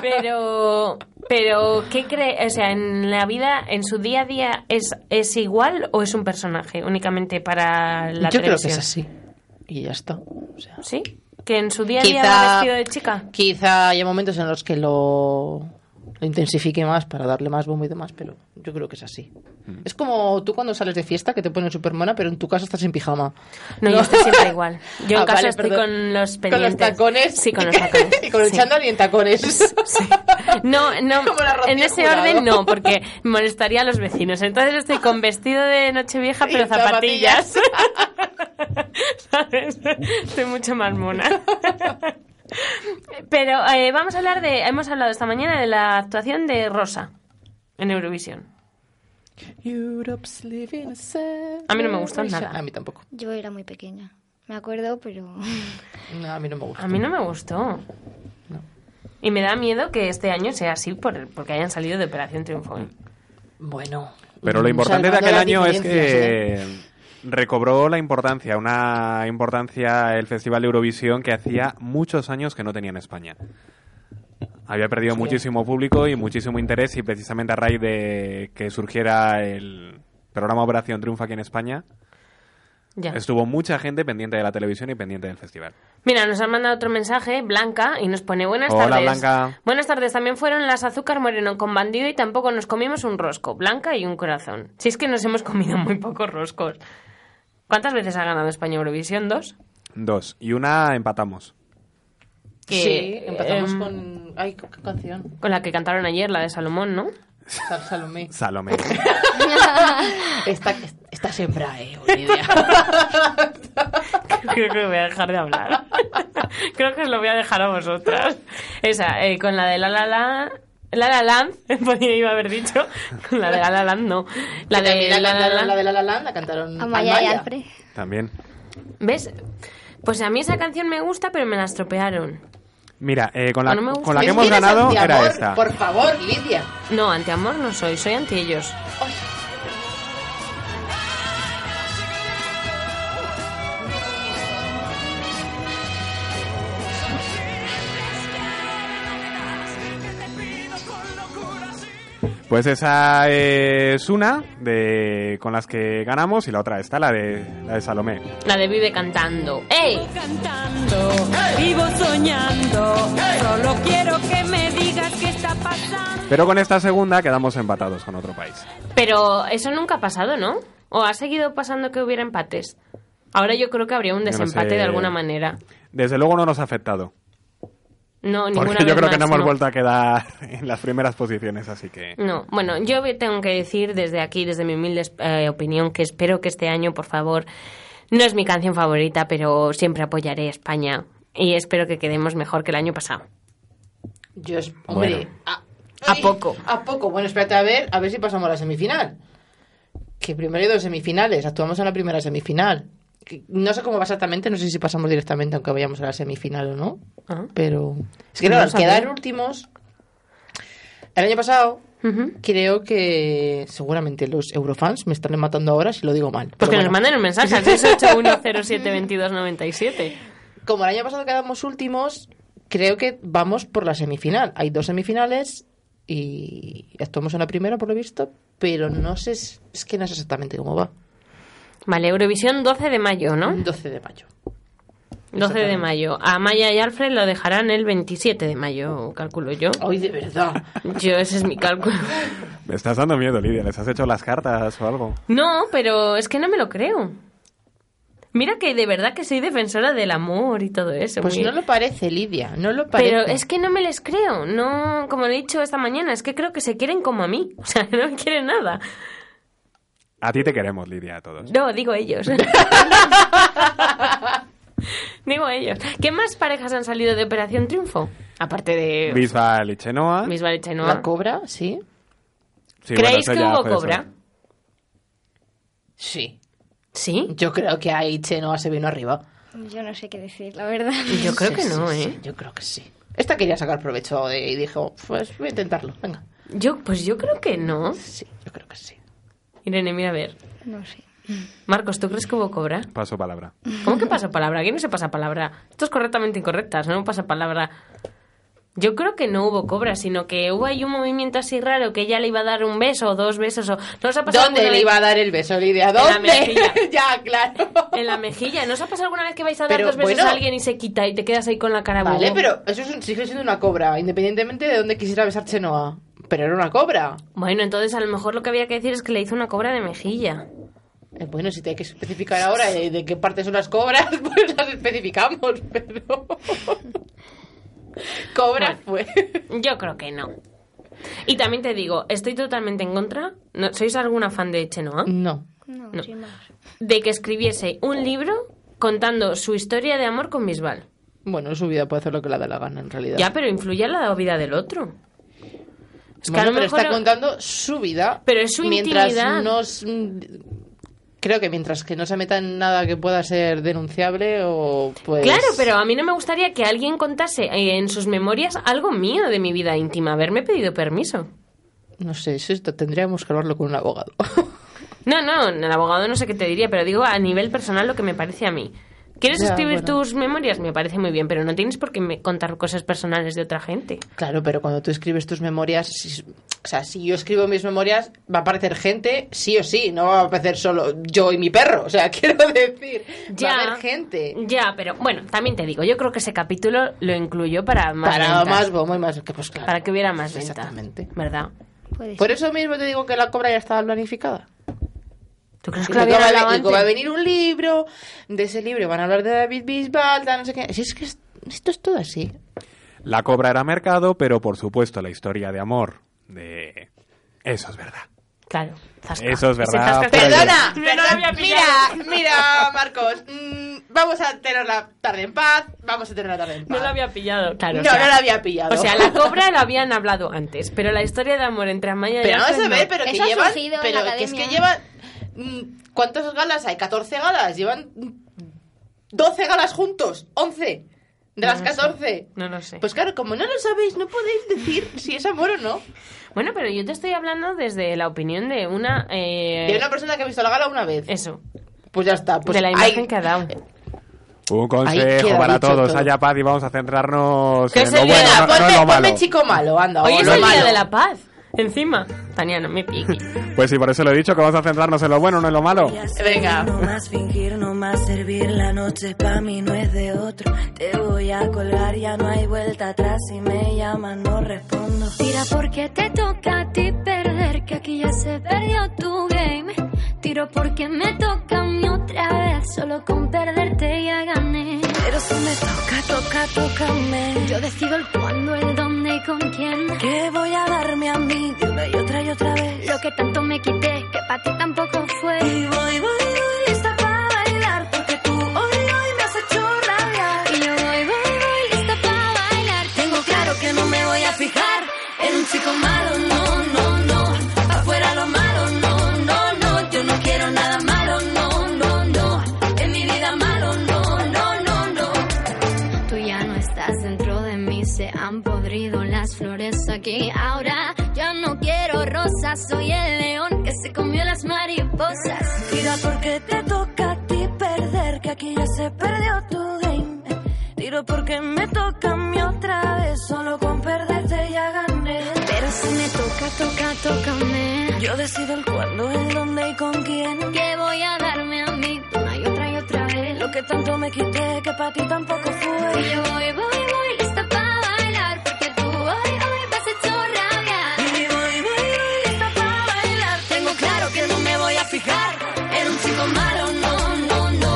[SPEAKER 2] pero pero qué cree, o sea, en la vida, en su día a día es es igual o es un personaje únicamente para la
[SPEAKER 4] yo creo que
[SPEAKER 2] televisión?
[SPEAKER 4] es así. Y ya está. O sea,
[SPEAKER 2] Sí, que en su día a día va
[SPEAKER 4] Quizá-
[SPEAKER 2] vestido de chica.
[SPEAKER 4] quizá haya momentos en los que lo, lo intensifique más para darle más bombo y demás, pero yo creo que es así. Es como tú cuando sales de fiesta que te pones supermona, pero en tu casa estás en pijama.
[SPEAKER 2] No, yo estoy siempre igual. Yo en
[SPEAKER 4] Ah,
[SPEAKER 2] casa
[SPEAKER 4] vale,
[SPEAKER 2] estoy
[SPEAKER 4] perdón.
[SPEAKER 2] con los
[SPEAKER 4] Con los
[SPEAKER 2] pendientes.
[SPEAKER 4] tacones.
[SPEAKER 2] Sí, con los tacones.
[SPEAKER 4] y con el
[SPEAKER 2] sí.
[SPEAKER 4] chándal y en tacones.
[SPEAKER 2] No, no,
[SPEAKER 4] Como la Rocío
[SPEAKER 2] en ese
[SPEAKER 4] Jurado.
[SPEAKER 2] orden no, porque molestaría a los vecinos. Entonces estoy con vestido de Nochevieja, pero
[SPEAKER 4] Y
[SPEAKER 2] zapatillas.
[SPEAKER 4] zapatillas.
[SPEAKER 2] ¿Sabes? Estoy mucho más mona. Pero eh, vamos a hablar de. Hemos hablado esta mañana de la actuación de Rosa en Eurovisión.
[SPEAKER 4] Europe's living a
[SPEAKER 2] A mí no me gustó nada.
[SPEAKER 4] A mí tampoco.
[SPEAKER 3] Yo era muy pequeña. Me acuerdo, pero
[SPEAKER 4] No, a mí no me gusta.
[SPEAKER 2] A mí no me gustó.
[SPEAKER 4] No.
[SPEAKER 2] Y me da miedo que este año sea así por, porque hayan salido de Operación Triunfo. ¿eh?
[SPEAKER 4] Bueno.
[SPEAKER 5] Pero lo
[SPEAKER 4] mm,
[SPEAKER 5] importante de
[SPEAKER 4] salvando
[SPEAKER 5] aquel
[SPEAKER 4] las
[SPEAKER 5] año es
[SPEAKER 4] diferencias, ¿eh?
[SPEAKER 5] que recobró la importancia, una importancia el Festival de Eurovisión que hacía muchos años que no tenía en España. Había perdido muchísimo público y muchísimo interés y precisamente a raíz de que surgiera el programa Operación Triunfa aquí en España,
[SPEAKER 2] Ya.
[SPEAKER 5] estuvo mucha gente pendiente de la televisión y pendiente del festival.
[SPEAKER 2] Mira, nos han mandado otro mensaje, Blanca, y nos pone buenas
[SPEAKER 5] Hola,
[SPEAKER 2] tardes.
[SPEAKER 5] Blanca.
[SPEAKER 2] Buenas tardes, también fueron las azúcar moreno con bandido y tampoco nos comimos un rosco, Blanca y un corazón. Si es que nos hemos comido muy pocos roscos. ¿Cuántas veces ha ganado España Eurovisión? ¿Dos?
[SPEAKER 5] Dos. Y una empatamos.
[SPEAKER 2] Que,
[SPEAKER 4] Sí, empatamos
[SPEAKER 2] em,
[SPEAKER 4] con. Ay, ¿qué qué canción?
[SPEAKER 2] Con la que cantaron ayer, la de Salomón, ¿no?
[SPEAKER 4] Sal- Salomé.
[SPEAKER 5] Salomé.
[SPEAKER 4] Está, está sembrada, eh, Olivia.
[SPEAKER 2] Creo que voy a dejar de hablar. Creo que os lo voy a dejar a vosotras. Esa, eh, con la de la la la... La La Land, podría iba a haber dicho. Con la de La La Land, no. La
[SPEAKER 4] Que
[SPEAKER 2] de La
[SPEAKER 4] también
[SPEAKER 2] La
[SPEAKER 4] cantaron
[SPEAKER 2] Land.
[SPEAKER 4] la de La La Land, la cantaron.
[SPEAKER 3] Amaya y Alfred.
[SPEAKER 5] También.
[SPEAKER 2] ¿Ves? Pues a mí esa canción me gusta, pero me la estropearon.
[SPEAKER 5] Mira, eh, con, la,
[SPEAKER 2] No me gusta.
[SPEAKER 5] con la que
[SPEAKER 4] Es
[SPEAKER 5] hemos
[SPEAKER 4] eres
[SPEAKER 5] ganado
[SPEAKER 4] antiamor,
[SPEAKER 5] era esta.
[SPEAKER 4] Por favor, Lidia.
[SPEAKER 2] No, anti-amor no soy, soy anti ellos.
[SPEAKER 7] Con locura.
[SPEAKER 5] Pues esa es una de con las que ganamos y la otra está la de la de Salomé.
[SPEAKER 2] La de Vive cantando. ¡Ey!
[SPEAKER 7] cantando, vivo soñando. Solo quiero que me digas qué está pasando.
[SPEAKER 5] Pero con esta segunda quedamos empatados con otro país.
[SPEAKER 2] Pero eso nunca ha pasado, ¿no? ¿O ha seguido pasando que hubiera empates? Ahora yo creo que habría un
[SPEAKER 5] Yo no
[SPEAKER 2] desempate
[SPEAKER 5] sé.
[SPEAKER 2] de alguna manera.
[SPEAKER 5] Desde luego no nos ha afectado.
[SPEAKER 2] No, Mm. ninguna
[SPEAKER 5] Porque yo
[SPEAKER 2] vez
[SPEAKER 5] creo que no
[SPEAKER 2] más,
[SPEAKER 5] hemos vuelto a quedar en las primeras posiciones, así que...
[SPEAKER 2] No, bueno, yo ve- tengo que decir desde aquí, desde mi humilde eh, opinión, que espero que este año, por favor, no es mi canción favorita, pero siempre apoyaré a España y espero que quedemos mejor que el año pasado.
[SPEAKER 4] Yo es- hombre,
[SPEAKER 5] Bueno.
[SPEAKER 4] a,
[SPEAKER 2] A poco.
[SPEAKER 4] A poco. Bueno, espérate a ver, a ver si pasamos a la semifinal. Que primero hay dos semifinales, actuamos en la primera semifinal. Que No sé cómo va exactamente, no sé si pasamos directamente aunque vayamos a la semifinal o no,
[SPEAKER 2] Ah.
[SPEAKER 4] pero es que claro,
[SPEAKER 2] Vamos
[SPEAKER 4] al
[SPEAKER 2] a
[SPEAKER 4] quedar
[SPEAKER 2] ver.
[SPEAKER 4] últimos el año pasado
[SPEAKER 2] Ujú.
[SPEAKER 4] creo que seguramente los eurofans me están matando ahora si lo digo mal.
[SPEAKER 2] Pues
[SPEAKER 4] pero
[SPEAKER 2] que
[SPEAKER 4] bueno.
[SPEAKER 2] nos manden un mensaje al 681072297.
[SPEAKER 4] como el año pasado quedamos últimos, creo que vamos por la semifinal. Hay dos semifinales y actuamos en la primera, por lo visto, pero no sé, s- es que no sé exactamente cómo va.
[SPEAKER 2] Vale, Eurovisión 12 de mayo, ¿no?
[SPEAKER 4] 12 de mayo.
[SPEAKER 2] 12 de mayo. A Maya y Alfred lo dejarán el 27 de mayo, calculo yo.
[SPEAKER 4] Hoy de verdad.
[SPEAKER 2] Yo, ese es mi cálculo.
[SPEAKER 5] Me estás dando miedo, Lidia. ¿Les has hecho las cartas o algo?
[SPEAKER 2] No, pero es que no me lo creo. Mira que de verdad que soy defensora del amor y todo eso.
[SPEAKER 4] Pues
[SPEAKER 2] muy-
[SPEAKER 4] no lo parece, Lidia, no lo parece.
[SPEAKER 2] pero es que no me les creo. No, como he dicho esta mañana, es que creo que se quieren como a mí. O sea, no me quieren nada.
[SPEAKER 5] A ti te queremos, Lidia, a todos.
[SPEAKER 2] No, digo ellos. digo ellos. ¿Qué más parejas han salido de Operación Triunfo? Aparte de
[SPEAKER 5] Bisbal y Chenoa.
[SPEAKER 2] Bisbal y Chenoa.
[SPEAKER 4] La cobra, sí.
[SPEAKER 5] Sí,
[SPEAKER 2] ¿Creéis
[SPEAKER 5] bueno, eso
[SPEAKER 2] que
[SPEAKER 5] ya
[SPEAKER 2] hubo
[SPEAKER 5] fue eso.
[SPEAKER 2] cobra?
[SPEAKER 4] Sí.
[SPEAKER 2] Sí.
[SPEAKER 4] Yo creo que ahí Chenoa se vino arriba.
[SPEAKER 3] Yo no sé qué decir, la verdad.
[SPEAKER 2] Yo creo
[SPEAKER 4] Sí,
[SPEAKER 2] que
[SPEAKER 4] sí,
[SPEAKER 2] no,
[SPEAKER 4] sí,
[SPEAKER 2] ¿eh?
[SPEAKER 4] yo creo que sí. Esta quería sacar provecho de- y dijo, pues voy a intentarlo, venga.
[SPEAKER 2] Yo, pues yo creo que no.
[SPEAKER 4] Sí, yo creo que sí.
[SPEAKER 2] Irene, mira, a ver.
[SPEAKER 3] No sé.
[SPEAKER 2] Marcos, ¿tú crees que hubo cobra?
[SPEAKER 5] Paso palabra.
[SPEAKER 2] ¿Cómo que pasa palabra? Aquí no se pasa palabra. Esto es correctamente incorrectas, no pasa palabra. Yo creo que no hubo cobra, sino que hubo ahí un movimiento así raro que ella le iba a dar un beso o dos besos o... ¿No os ha pasado
[SPEAKER 4] ¿Dónde
[SPEAKER 2] alguna
[SPEAKER 4] le
[SPEAKER 2] vez-
[SPEAKER 4] iba a dar el beso, Lidia?
[SPEAKER 2] la
[SPEAKER 4] ¿Dónde?
[SPEAKER 2] mejilla.
[SPEAKER 4] ya, claro.
[SPEAKER 2] En la mejilla. ¿No os ha pasado alguna vez que vais a dar
[SPEAKER 4] Pero,
[SPEAKER 2] dos besos
[SPEAKER 4] bueno.
[SPEAKER 2] a alguien y se quita y te quedas ahí con la cara
[SPEAKER 4] Vale,
[SPEAKER 2] bobo?
[SPEAKER 4] pero eso es un- sigue siendo una cobra, independientemente de dónde quisiera besar Chenoa. Pero era una cobra.
[SPEAKER 2] Bueno, entonces a lo mejor lo que había que decir es que le hizo una cobra de mejilla.
[SPEAKER 4] Eh, Bueno, si te hay que especificar ahora eh, de qué parte son las cobras, pues las especificamos, pero... cobra fue.
[SPEAKER 2] Yo creo que no. Y también te digo, estoy totalmente en contra. ¿No- ¿Sois alguna fan de Chenoa?
[SPEAKER 4] No.
[SPEAKER 3] No,
[SPEAKER 2] No.
[SPEAKER 3] sin más.
[SPEAKER 2] De que escribiese un libro contando su historia de amor con Bisbal.
[SPEAKER 4] Bueno, su vida puede hacer lo que le da la gana, en realidad.
[SPEAKER 2] Ya, pero influye en la vida del otro. Es que a
[SPEAKER 4] Bueno,
[SPEAKER 2] lo
[SPEAKER 4] pero
[SPEAKER 2] mejor-
[SPEAKER 4] está contando su vida.
[SPEAKER 2] Pero es su
[SPEAKER 4] mientras
[SPEAKER 2] intimidad.
[SPEAKER 4] no s- mm, Creo que mientras que no se meta en nada que pueda ser denunciable o pues...
[SPEAKER 2] Claro, pero a mí no me gustaría que alguien contase eh, en sus memorias algo mío de mi vida íntima, haberme pedido permiso.
[SPEAKER 4] No sé, eso esto tendríamos que hablarlo con un abogado.
[SPEAKER 2] No, no, el abogado no sé qué te diría, pero digo a nivel personal lo que me parece a mí. ¿Quieres
[SPEAKER 4] Ya,
[SPEAKER 2] escribir
[SPEAKER 4] bueno.
[SPEAKER 2] tus memorias? Me parece muy bien, pero no tienes por qué me- contar cosas personales de otra gente.
[SPEAKER 4] Claro, pero cuando tú escribes tus memorias, si- o sea, si yo escribo mis memorias, va a aparecer gente, sí o sí, no va a aparecer solo yo y mi perro, o sea, quiero decir, va a haber gente.
[SPEAKER 2] Ya, pero bueno, también te digo, yo creo que ese capítulo lo incluyó para más
[SPEAKER 4] para
[SPEAKER 2] ventas,
[SPEAKER 4] más bombo y más... Que, pues, claro.
[SPEAKER 2] para que hubiera más venta.
[SPEAKER 4] Exactamente.
[SPEAKER 2] ¿Verdad?
[SPEAKER 3] Puede
[SPEAKER 5] Pues
[SPEAKER 4] Por
[SPEAKER 3] ser.
[SPEAKER 4] eso mismo te digo que la cobra ya estaba planificada.
[SPEAKER 2] ¿Tú crees
[SPEAKER 4] Y
[SPEAKER 2] que lo
[SPEAKER 4] que va,
[SPEAKER 2] habían
[SPEAKER 4] a
[SPEAKER 2] hablado
[SPEAKER 4] ve- y que va a
[SPEAKER 2] antes?
[SPEAKER 4] venir un libro, de ese libro van a hablar de David Bisbal, tal, no sé qué. Si es que es- esto es todo así.
[SPEAKER 5] La cobra era mercado, pero por supuesto la historia de amor de... Eso es verdad.
[SPEAKER 2] Claro, zasca.
[SPEAKER 5] Eso es
[SPEAKER 2] Ese
[SPEAKER 5] verdad,
[SPEAKER 2] zasca-
[SPEAKER 5] pero-
[SPEAKER 4] Perdona,
[SPEAKER 2] yo-
[SPEAKER 4] perdona,
[SPEAKER 2] No lo había pillado.
[SPEAKER 4] mira, mira, Marcos, mm, vamos a tener la tarde en paz, vamos a tener la tarde en paz.
[SPEAKER 2] No lo había pillado. Claro,
[SPEAKER 4] No, no lo había pillado.
[SPEAKER 2] O sea, la cobra la habían hablado antes, pero la historia de amor entre Amaya y
[SPEAKER 4] Pero vamos
[SPEAKER 2] Alfred
[SPEAKER 4] a ver,
[SPEAKER 2] no.
[SPEAKER 4] pero que
[SPEAKER 3] Eso ha
[SPEAKER 4] llevan,
[SPEAKER 3] surgido en
[SPEAKER 4] pero
[SPEAKER 3] la
[SPEAKER 4] que es que
[SPEAKER 3] academia.
[SPEAKER 4] llevan mm, ¿cuántas galas hay? 14 galas, llevan mm, 12 galas juntos, 11 de las
[SPEAKER 2] No lo sé.
[SPEAKER 4] 14.
[SPEAKER 2] No lo sé.
[SPEAKER 4] Pues claro, como no lo sabéis, no podéis decir si es amor o no.
[SPEAKER 2] Bueno, pero yo te estoy hablando desde la opinión de una... eh,
[SPEAKER 4] De una persona que ha visto la gala una vez.
[SPEAKER 2] Eso,
[SPEAKER 4] Pues ya está. Pues
[SPEAKER 2] de la imagen
[SPEAKER 4] hay-
[SPEAKER 2] que ha dado.
[SPEAKER 5] Un
[SPEAKER 4] Ahí
[SPEAKER 5] consejo
[SPEAKER 4] queda
[SPEAKER 5] para
[SPEAKER 4] dicho
[SPEAKER 5] todos.
[SPEAKER 4] todo.
[SPEAKER 5] Haya paz y vamos a centrarnos
[SPEAKER 2] Que
[SPEAKER 5] en
[SPEAKER 2] es
[SPEAKER 5] lo
[SPEAKER 2] el
[SPEAKER 5] bueno,
[SPEAKER 2] día-
[SPEAKER 5] no, no
[SPEAKER 4] ponme,
[SPEAKER 5] en lo
[SPEAKER 4] ponme
[SPEAKER 5] malo.
[SPEAKER 4] chico malo, anda.
[SPEAKER 2] Hoy
[SPEAKER 4] o
[SPEAKER 2] es
[SPEAKER 4] lo
[SPEAKER 2] el Día
[SPEAKER 4] malo.
[SPEAKER 2] de la Paz. Encima, Tania, no me pique.
[SPEAKER 5] Pues sí, por eso lo he dicho, que vamos a centrarnos en lo bueno, no en lo malo.
[SPEAKER 4] Venga.
[SPEAKER 7] No más fingir, no más servir. La noche pa' mí no es de otro. Te voy a colgar, ya no hay vuelta atrás. Si me llaman, no respondo.
[SPEAKER 9] Tira porque te toca a ti perder, que aquí ya se perdió tu game. Tiro porque me toca a mí otra vez, solo con perderte ya gané.
[SPEAKER 7] Pero si me toca, toca, tócame.
[SPEAKER 9] Yo decido el cuándo, el dónde y con quién.
[SPEAKER 7] ¿Qué voy a darme a mí? De una y otra y otra vez.
[SPEAKER 9] Lo que tanto me quité, que para ti tampoco fue.
[SPEAKER 7] Y voy, voy, voy, lista para bailar. Porque tú hoy, hoy me has hecho rabiar.
[SPEAKER 9] Y yo voy, voy, voy, lista para bailar.
[SPEAKER 7] Tengo claro que no me voy a fijar en un chico malo, no, no, no. Afuera lo malo, no, no, no. Yo no quiero nada malo, no, no, no. En mi vida malo, no, no, no, no.
[SPEAKER 9] Tú ya no estás dentro de mí, se han podrido las flores aquí. Ahora ya no quiero rosas, soy el león que se comió las mariposas.
[SPEAKER 7] Tira porque te toca a ti perder, que aquí ya se perdió tu game. Tiro porque me toca a mí otra vez, solo con perderte ya gané.
[SPEAKER 9] Pero si me toca, toca, tócame.
[SPEAKER 7] Yo decido el cuándo, el dónde y con quién.
[SPEAKER 9] ¿Qué voy a darme a mí una y otra y otra vez?
[SPEAKER 7] Lo que tanto me quité, que para ti tampoco
[SPEAKER 9] Y
[SPEAKER 7] fue.
[SPEAKER 9] yo voy, voy, voy, lista para bailar, porque tú hoy, hoy me has hecho rabiar.
[SPEAKER 7] Y voy, voy, voy, lista para bailar. Tengo claro que no me voy a fijar en un chico malo, no, no, no.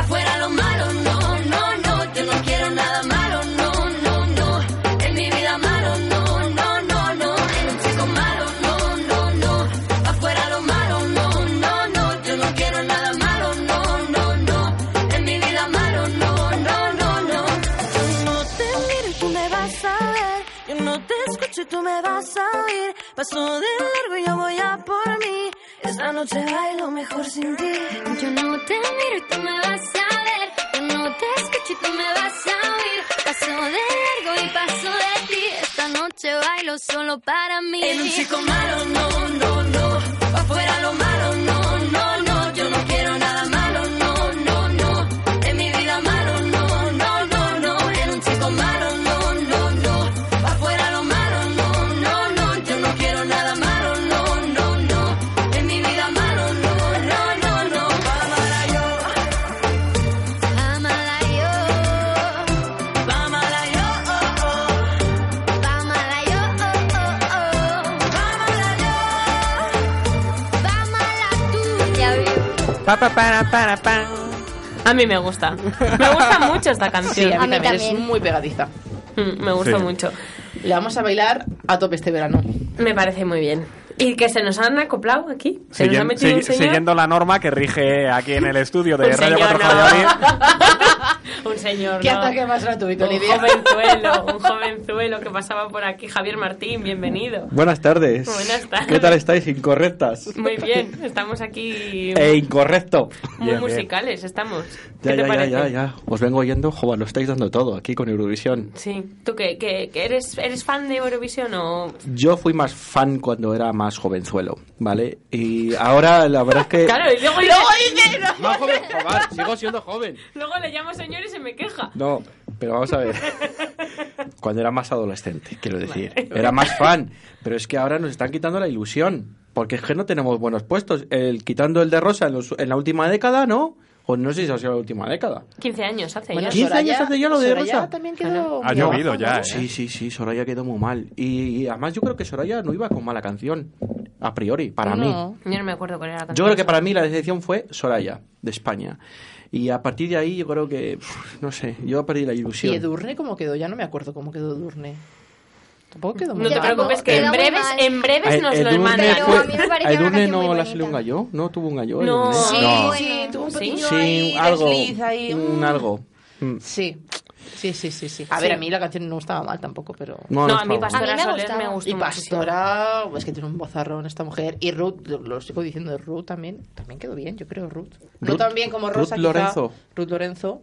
[SPEAKER 7] Afuera lo malo, no, no, no. Yo no quiero nada malo, no, no, no. En mi vida malo, no, no, no, no. En un chico malo, no, no, no. Afuera lo malo, no, no, no. Yo no quiero nada malo, no, no, no. En mi vida malo, no, no, no, no. Yo no te miro y tú me vas a ver. Yo no te escucho y tú me vas a oír. Paso de largo y yo voy a por mí. Esta noche bailo mejor sin ti.
[SPEAKER 9] Yo no te miro y tú me vas a ver. Yo no te escucho y tú me vas a oír. Paso de largo y paso de ti. Esta noche bailo solo para mí.
[SPEAKER 7] En un chico malo, no, no, no. Afuera lo malo, no, no, no. Yo no quiero nada malo, no, no, no. En mi vida malo, no, no, no, no. En un chico malo, no, no, no. Afuera lo malo, no, no, no. Yo no quiero nada malo, no, no, no. En mi vida malo, no, no, no, no. Vámala yo,
[SPEAKER 9] Amala yo,
[SPEAKER 7] vámala yo, oh, oh.
[SPEAKER 9] amala yo, oh, oh, oh. Vámala tú. Ya vi.
[SPEAKER 5] Pa, pa, para, para, pa.
[SPEAKER 2] A mí me gusta. Me gusta mucho esta
[SPEAKER 4] Sí, a
[SPEAKER 2] canción.
[SPEAKER 4] mí,
[SPEAKER 3] A mí
[SPEAKER 4] también. es
[SPEAKER 3] también.
[SPEAKER 4] muy pegadiza.
[SPEAKER 2] Mm, Me gusta
[SPEAKER 5] Sí.
[SPEAKER 2] mucho.
[SPEAKER 4] La vamos a bailar a tope este verano.
[SPEAKER 2] Me parece muy bien. Y que se nos han acoplado aquí. Se nos ha
[SPEAKER 5] Siguien-
[SPEAKER 2] metido un
[SPEAKER 5] sigui-
[SPEAKER 2] señor.
[SPEAKER 5] siguiendo la norma que rige aquí en el estudio de
[SPEAKER 2] Un
[SPEAKER 5] Radio
[SPEAKER 2] señor,
[SPEAKER 5] 4
[SPEAKER 2] no.
[SPEAKER 5] Valladolid.
[SPEAKER 2] un señor.
[SPEAKER 4] ¿Qué
[SPEAKER 2] no.
[SPEAKER 4] ataque más gratuito,
[SPEAKER 2] Un
[SPEAKER 4] Lidia?
[SPEAKER 2] jovenzuelo, un jovenzuelo que pasaba por aquí. Javier Martín, bienvenido.
[SPEAKER 6] Buenas tardes.
[SPEAKER 2] Buenas tardes.
[SPEAKER 6] ¿Qué tal estáis? Incorrectas.
[SPEAKER 2] Muy bien, estamos aquí
[SPEAKER 6] E incorrecto.
[SPEAKER 2] muy
[SPEAKER 5] bien, bien.
[SPEAKER 2] musicales, estamos. ¿Qué
[SPEAKER 6] Ya,
[SPEAKER 2] te
[SPEAKER 6] ya, ya,
[SPEAKER 2] parece?
[SPEAKER 6] ya, ya. Os vengo oyendo. Joder, lo estáis dando todo aquí con Eurovisión.
[SPEAKER 2] Sí. ¿Tú qué, qué- qué eres, eres fan de Eurovisión o...?
[SPEAKER 6] Yo fui más fan cuando era más jovenzuelo, ¿vale? Y ahora la verdad es que...
[SPEAKER 2] Claro, y luego, le-
[SPEAKER 6] Más joven, joder, sigo siendo joven.
[SPEAKER 2] luego le llamo señor y se me queja.
[SPEAKER 6] No, pero vamos a ver. Cuando era más adolescente, quiero decir. Era más fan. Pero es que ahora nos están quitando la ilusión. Porque es que no tenemos buenos puestos. El, quitando el de Rosa en, los- en la última década, ¿no. O no sé si ha sido la última década.
[SPEAKER 2] 15 años hace
[SPEAKER 4] Bueno,
[SPEAKER 2] ya.
[SPEAKER 6] 15 años
[SPEAKER 4] Soraya-
[SPEAKER 6] hace ya lo de
[SPEAKER 4] Soraya
[SPEAKER 6] Rosa.
[SPEAKER 4] también
[SPEAKER 2] Ah,
[SPEAKER 4] quedó...
[SPEAKER 5] Ha llovido ya, ¿eh?
[SPEAKER 6] Sí, sí, sí, Soraya quedó muy mal. Y, y además yo creo que Soraya no iba con mala canción, a priori, para mí.
[SPEAKER 2] Yo no me acuerdo cuál era la
[SPEAKER 6] Yo
[SPEAKER 2] canción.
[SPEAKER 6] creo que para mí la decepción fue Soraya, de España. Y a partir de ahí yo creo que, pf, no sé, yo perdí la
[SPEAKER 4] ¿Y
[SPEAKER 6] ilusión.
[SPEAKER 4] Edurne cómo quedó? Ya no me acuerdo cómo quedó Edurne. Tampoco quedó muy
[SPEAKER 2] No te
[SPEAKER 4] mal.
[SPEAKER 2] preocupes que en
[SPEAKER 3] Queda muy
[SPEAKER 2] breves,
[SPEAKER 3] mal.
[SPEAKER 2] en breves
[SPEAKER 6] A-
[SPEAKER 2] nos los
[SPEAKER 6] Edurne
[SPEAKER 2] mandan. Pues,
[SPEAKER 3] Pero
[SPEAKER 6] fue-
[SPEAKER 3] a mí me parecía
[SPEAKER 6] a
[SPEAKER 3] una
[SPEAKER 6] Edurne
[SPEAKER 3] canción
[SPEAKER 6] no
[SPEAKER 3] muy
[SPEAKER 6] la
[SPEAKER 3] bonita.
[SPEAKER 6] salió un gallo, no tuvo un gallo.
[SPEAKER 2] No.
[SPEAKER 6] Edurne?
[SPEAKER 4] Sí,
[SPEAKER 5] No.
[SPEAKER 4] sí, tuvo un
[SPEAKER 2] Sí.
[SPEAKER 4] pequeño
[SPEAKER 6] Sí,
[SPEAKER 4] ahí
[SPEAKER 6] algo.
[SPEAKER 4] desliz ahí,
[SPEAKER 6] Un
[SPEAKER 4] mm.
[SPEAKER 6] algo. Mm.
[SPEAKER 4] Sí, sí, sí, sí. sí. A ver, a mí la canción no estaba mal tampoco, pero...
[SPEAKER 6] No,
[SPEAKER 2] No,
[SPEAKER 6] no
[SPEAKER 2] a mí
[SPEAKER 6] estaba mal.
[SPEAKER 2] Pastora
[SPEAKER 3] A mí me
[SPEAKER 2] Soler me
[SPEAKER 3] gustaba.
[SPEAKER 2] gustó
[SPEAKER 4] Y
[SPEAKER 2] muchísimo.
[SPEAKER 4] Pastora, es que tiene un bozarrón esta mujer. Y Ruth, lo- lo sigo diciendo, Ruth también, también quedó bien, yo creo, Ruth. No
[SPEAKER 6] Ruth-
[SPEAKER 4] tan bien como
[SPEAKER 6] Ruth
[SPEAKER 4] Rosa, quizá,
[SPEAKER 6] Lorenzo.
[SPEAKER 4] Ruth Lorenzo.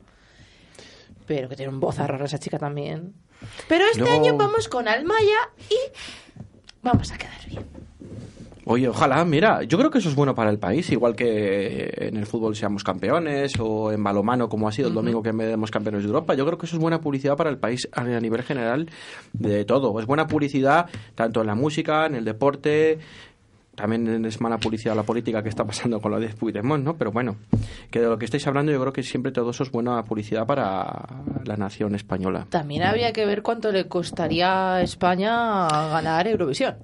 [SPEAKER 4] Pero que tiene un bozarrón esa chica también. Pero este
[SPEAKER 6] Luego-
[SPEAKER 4] año vamos con Almaya y vamos a quedar bien.
[SPEAKER 6] Oye, ojalá, mira, yo creo que eso es bueno para el país, igual que en el fútbol seamos campeones o en balomano como ha sido el domingo que medemos campeones de Europa, yo creo que eso es buena publicidad para el país a a nivel general de todo. Es buena publicidad tanto en la música, en el deporte, también es mala publicidad la política que está pasando con lo de Puigdemont, ¿no? Pero bueno, que de lo que estáis hablando yo creo que siempre todo eso es buena publicidad para la nación española.
[SPEAKER 4] También habría que ver cuánto le costaría a España ganar Eurovisión.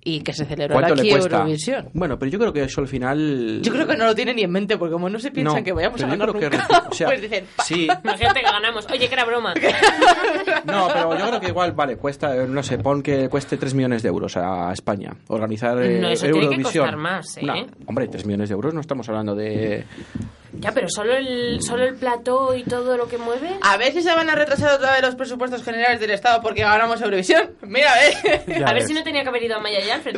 [SPEAKER 4] Y que se celebrara
[SPEAKER 6] ¿Cuánto
[SPEAKER 4] aquí
[SPEAKER 6] le cuesta?
[SPEAKER 4] Eurovisión.
[SPEAKER 6] Bueno, pero yo creo que eso al final...
[SPEAKER 4] Yo creo que no lo tienen ni en mente, porque como no se piensan
[SPEAKER 6] No,
[SPEAKER 4] que vayamos a
[SPEAKER 6] pero yo
[SPEAKER 4] ganar
[SPEAKER 6] creo que
[SPEAKER 4] nunca,
[SPEAKER 6] recu- o sea,
[SPEAKER 4] pues dicen, "Pa".
[SPEAKER 6] Sí,
[SPEAKER 2] Imagínate que ganamos. Oye, que era broma.
[SPEAKER 6] No, pero yo creo que igual, vale, cuesta, eh, no sé, pon que cueste 3 millones de euros a España. Organizar eh,
[SPEAKER 2] No, eso tiene que
[SPEAKER 6] Eurovisión.
[SPEAKER 2] costar más, ¿eh?
[SPEAKER 6] No, hombre, 3 millones de euros no estamos hablando de...
[SPEAKER 2] Ya, pero solo el, solo el plató y todo lo que mueve.
[SPEAKER 4] A ver si se van a retrasar otra vez los presupuestos generales del Estado porque ganamos Eurovisión. Mira, eh.
[SPEAKER 5] Ya
[SPEAKER 2] a ver
[SPEAKER 5] ves.
[SPEAKER 2] si no tenía que haber ido a Maya y Alfred.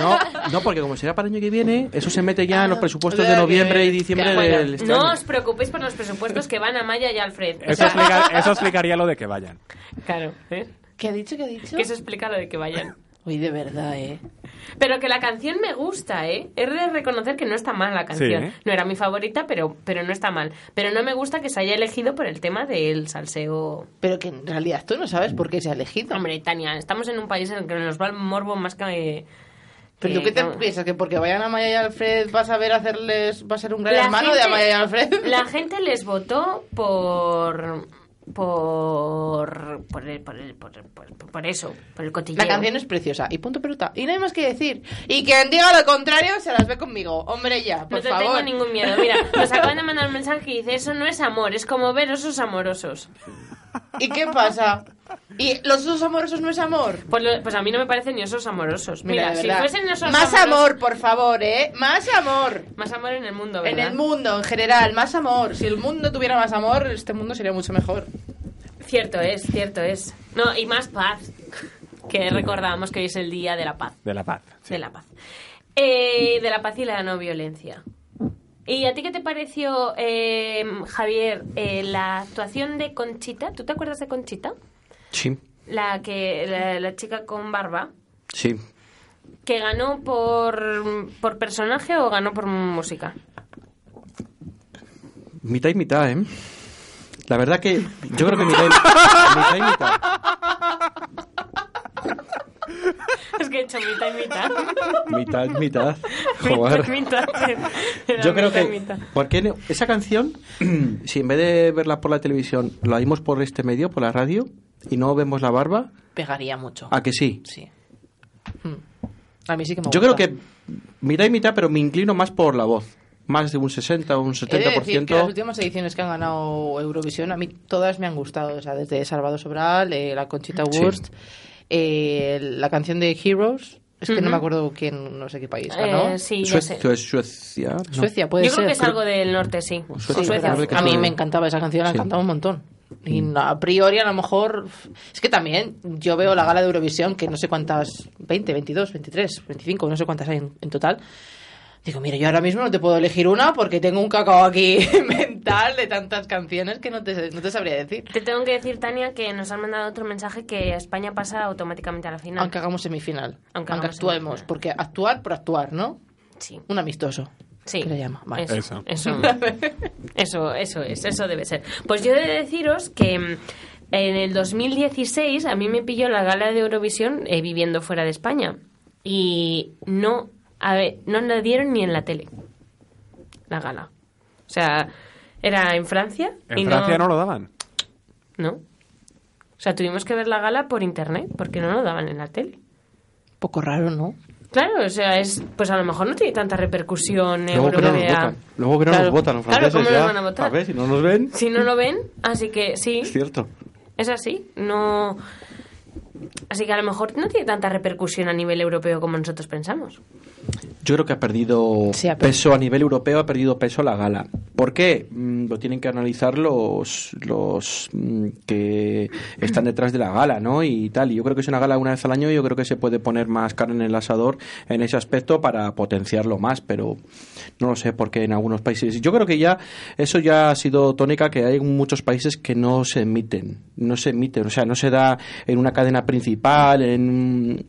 [SPEAKER 6] No, no, porque como será para el año que viene, eso se mete ya en los presupuestos de
[SPEAKER 4] Ah,
[SPEAKER 6] noviembre y
[SPEAKER 4] que-
[SPEAKER 6] diciembre
[SPEAKER 4] que- bueno,
[SPEAKER 6] del este
[SPEAKER 2] No
[SPEAKER 6] año.
[SPEAKER 2] os preocupéis por los presupuestos que van a Maya y Alfred. O
[SPEAKER 5] Eso,
[SPEAKER 2] sea,
[SPEAKER 5] explica- eso explicaría lo de que vayan.
[SPEAKER 2] Claro, ¿eh?
[SPEAKER 4] ¿Qué ha dicho? ¿Qué ha dicho?
[SPEAKER 2] Que eso explica lo de que vayan.
[SPEAKER 4] Uy, de verdad, eh.
[SPEAKER 2] Pero que la canción me gusta, ¿eh? He de reconocer que no está mal la canción.
[SPEAKER 5] Sí, ¿eh?
[SPEAKER 2] No era mi favorita, pero, pero no está mal. Pero no me gusta que se haya elegido por el tema del salseo.
[SPEAKER 4] Pero que en realidad tú no sabes por qué se ha elegido.
[SPEAKER 2] Hombre, Tania, estamos en un país en el que nos va el morbo más que...
[SPEAKER 4] ¿Pero tú
[SPEAKER 2] que-
[SPEAKER 4] qué te
[SPEAKER 2] no.
[SPEAKER 4] piensas? ¿Que porque vayan a Maya y Alfred vas a ver hacerles... va a ser un gran
[SPEAKER 2] La
[SPEAKER 4] hermano de
[SPEAKER 2] gente-
[SPEAKER 4] Amaya y Alfred?
[SPEAKER 2] La gente les votó por... Por, por, el- por, el- por, por- por eso, por el cotilleo.
[SPEAKER 4] La canción es preciosa. Y punto pelota. Y no hay más que decir. Y quien diga lo contrario se las ve conmigo. Hombre, ya, por
[SPEAKER 2] No te
[SPEAKER 4] favor.
[SPEAKER 2] tengo ningún miedo. Mira, nos acaban de mandar un mensaje que dice: Eso no es amor, es como ver osos amorosos.
[SPEAKER 4] ¿Y qué pasa? ¿Y los dos amorosos no es amor?
[SPEAKER 2] Pues, lo- pues a mí no me parecen ni osos amorosos. Mira,
[SPEAKER 4] de
[SPEAKER 2] si
[SPEAKER 4] verdad.
[SPEAKER 2] fuesen osos
[SPEAKER 4] Más
[SPEAKER 2] amorosos-
[SPEAKER 4] amor, por favor, ¿eh? Más amor.
[SPEAKER 2] Más amor en el mundo, ¿verdad?
[SPEAKER 4] En el mundo, en general, más amor. Si el mundo tuviera más amor, este mundo sería mucho mejor.
[SPEAKER 2] Cierto es, cierto es. No, y más paz. Que recordábamos que hoy es el día de la paz.
[SPEAKER 5] De la paz. sí.
[SPEAKER 2] De la paz. Eh, de la paz y la no violencia. ¿Y a ti qué te pareció, eh, Javier, eh, la actuación de Conchita? ¿Tú te acuerdas de Conchita?
[SPEAKER 6] Sí,
[SPEAKER 2] La, que, la, la chica con barba.
[SPEAKER 6] sí.
[SPEAKER 2] ¿Que ganó por, por personaje o ganó por música?
[SPEAKER 6] Mitad y mitad, ¿eh? La verdad que yo creo que mitad y mitad. y mitad.
[SPEAKER 2] Es que he hecho mitad y mitad.
[SPEAKER 6] Mitad, mitad.
[SPEAKER 2] Mitad
[SPEAKER 6] Joder.
[SPEAKER 2] y mitad. ¿eh? Era
[SPEAKER 6] Yo creo
[SPEAKER 2] mitad y
[SPEAKER 6] que.
[SPEAKER 2] mitad.
[SPEAKER 6] ¿Por qué no? Esa canción, si en vez de verla por la televisión, la vimos por este medio, por la radio, y no vemos la barba,
[SPEAKER 4] Pegaría mucho.
[SPEAKER 6] ¿a que sí?
[SPEAKER 4] Sí.
[SPEAKER 2] Hmm.
[SPEAKER 4] Mm. A mí sí que me
[SPEAKER 6] Ah. Yo
[SPEAKER 4] gusta.
[SPEAKER 6] creo que mitad y mitad, pero me inclino más por la voz. Más de un 60 o un
[SPEAKER 4] He de
[SPEAKER 6] 70%.
[SPEAKER 4] decir que las últimas ediciones que han ganado Eurovisión, a mí todas me han gustado. O sea, desde Salvador Sobral, eh, la Conchita
[SPEAKER 6] Sí.
[SPEAKER 4] Wurst, eh, la canción de Heroes. Es que no me acuerdo quién, no sé qué país ganó.
[SPEAKER 2] Eh, sí, ya sé.
[SPEAKER 6] Suecia, es Suecia. ¿no?
[SPEAKER 4] Suecia, puede
[SPEAKER 2] Yo
[SPEAKER 4] ser.
[SPEAKER 2] creo que es algo del norte, sí.
[SPEAKER 6] Suecia,
[SPEAKER 2] Suecia.
[SPEAKER 6] creo que
[SPEAKER 4] A mí
[SPEAKER 6] son-
[SPEAKER 4] me encantaba esa canción, la
[SPEAKER 6] Sí. Mm.
[SPEAKER 4] cantaba un montón. Y no- a priori, a lo mejor. Es que también yo veo la gala de Eurovisión, que no sé cuántas. 20, 22, 23, 25, no sé cuántas hay en, en total. Digo, mira, yo ahora mismo no te puedo elegir una porque tengo un cacao aquí mental de tantas canciones que no te, no te sabría decir.
[SPEAKER 2] Te tengo que decir, Tania, que nos han mandado otro mensaje que España pasa automáticamente a la final.
[SPEAKER 4] Aunque hagamos semifinal.
[SPEAKER 2] Aunque
[SPEAKER 4] Aunque,
[SPEAKER 2] hagamos
[SPEAKER 4] actuemos.
[SPEAKER 2] semifinal.
[SPEAKER 4] Porque actuar por actuar, ¿no?
[SPEAKER 2] Sí,
[SPEAKER 4] Un amistoso.
[SPEAKER 2] sí.
[SPEAKER 4] ¿Qué le llama? Vale.
[SPEAKER 2] Eso,
[SPEAKER 5] Eso.
[SPEAKER 2] Eso, eso, eso es, eso debe ser. Pues yo he de deciros que mm, en el 2016 a mí me pilló la gala de Eurovisión eh, viviendo fuera de España. Y no, a ver, no la dieron ni en la tele, la gala. O sea, era en Francia. y
[SPEAKER 5] En Francia no...
[SPEAKER 2] no
[SPEAKER 5] lo daban.
[SPEAKER 2] No. O sea, tuvimos que ver la gala por internet porque no lo daban en la tele.
[SPEAKER 4] Poco raro, ¿no?
[SPEAKER 2] Claro, o sea, es, pues a lo mejor no tiene tanta repercusión
[SPEAKER 6] Luego que no nos
[SPEAKER 2] europea.
[SPEAKER 6] votan. Luego que no
[SPEAKER 4] Claro.
[SPEAKER 6] nos votan los
[SPEAKER 2] Claro,
[SPEAKER 6] franceses.
[SPEAKER 2] ¿cómo nos
[SPEAKER 6] ya.
[SPEAKER 2] van a votar?
[SPEAKER 6] ver, si no nos ven.
[SPEAKER 2] Si no lo ven, así que sí,
[SPEAKER 6] Es cierto.
[SPEAKER 2] es así. No, así que a lo mejor no tiene tanta repercusión a nivel europeo como nosotros pensamos.
[SPEAKER 6] Yo creo que ha perdido
[SPEAKER 4] Sí, ha perdido.
[SPEAKER 6] peso a nivel europeo, ha perdido peso la gala. ¿Por qué? Mm, Lo tienen que analizar los, los mm, que están detrás de la gala, ¿no? Y tal. Y yo creo que es una gala una vez al año y yo creo que se puede poner más carne en el asador en ese aspecto para potenciarlo más, pero no lo sé porque en algunos países. Yo creo que ya eso ya ha sido tónica que hay muchos países que no se emiten, no se emiten, o sea, no se da en una cadena principal, en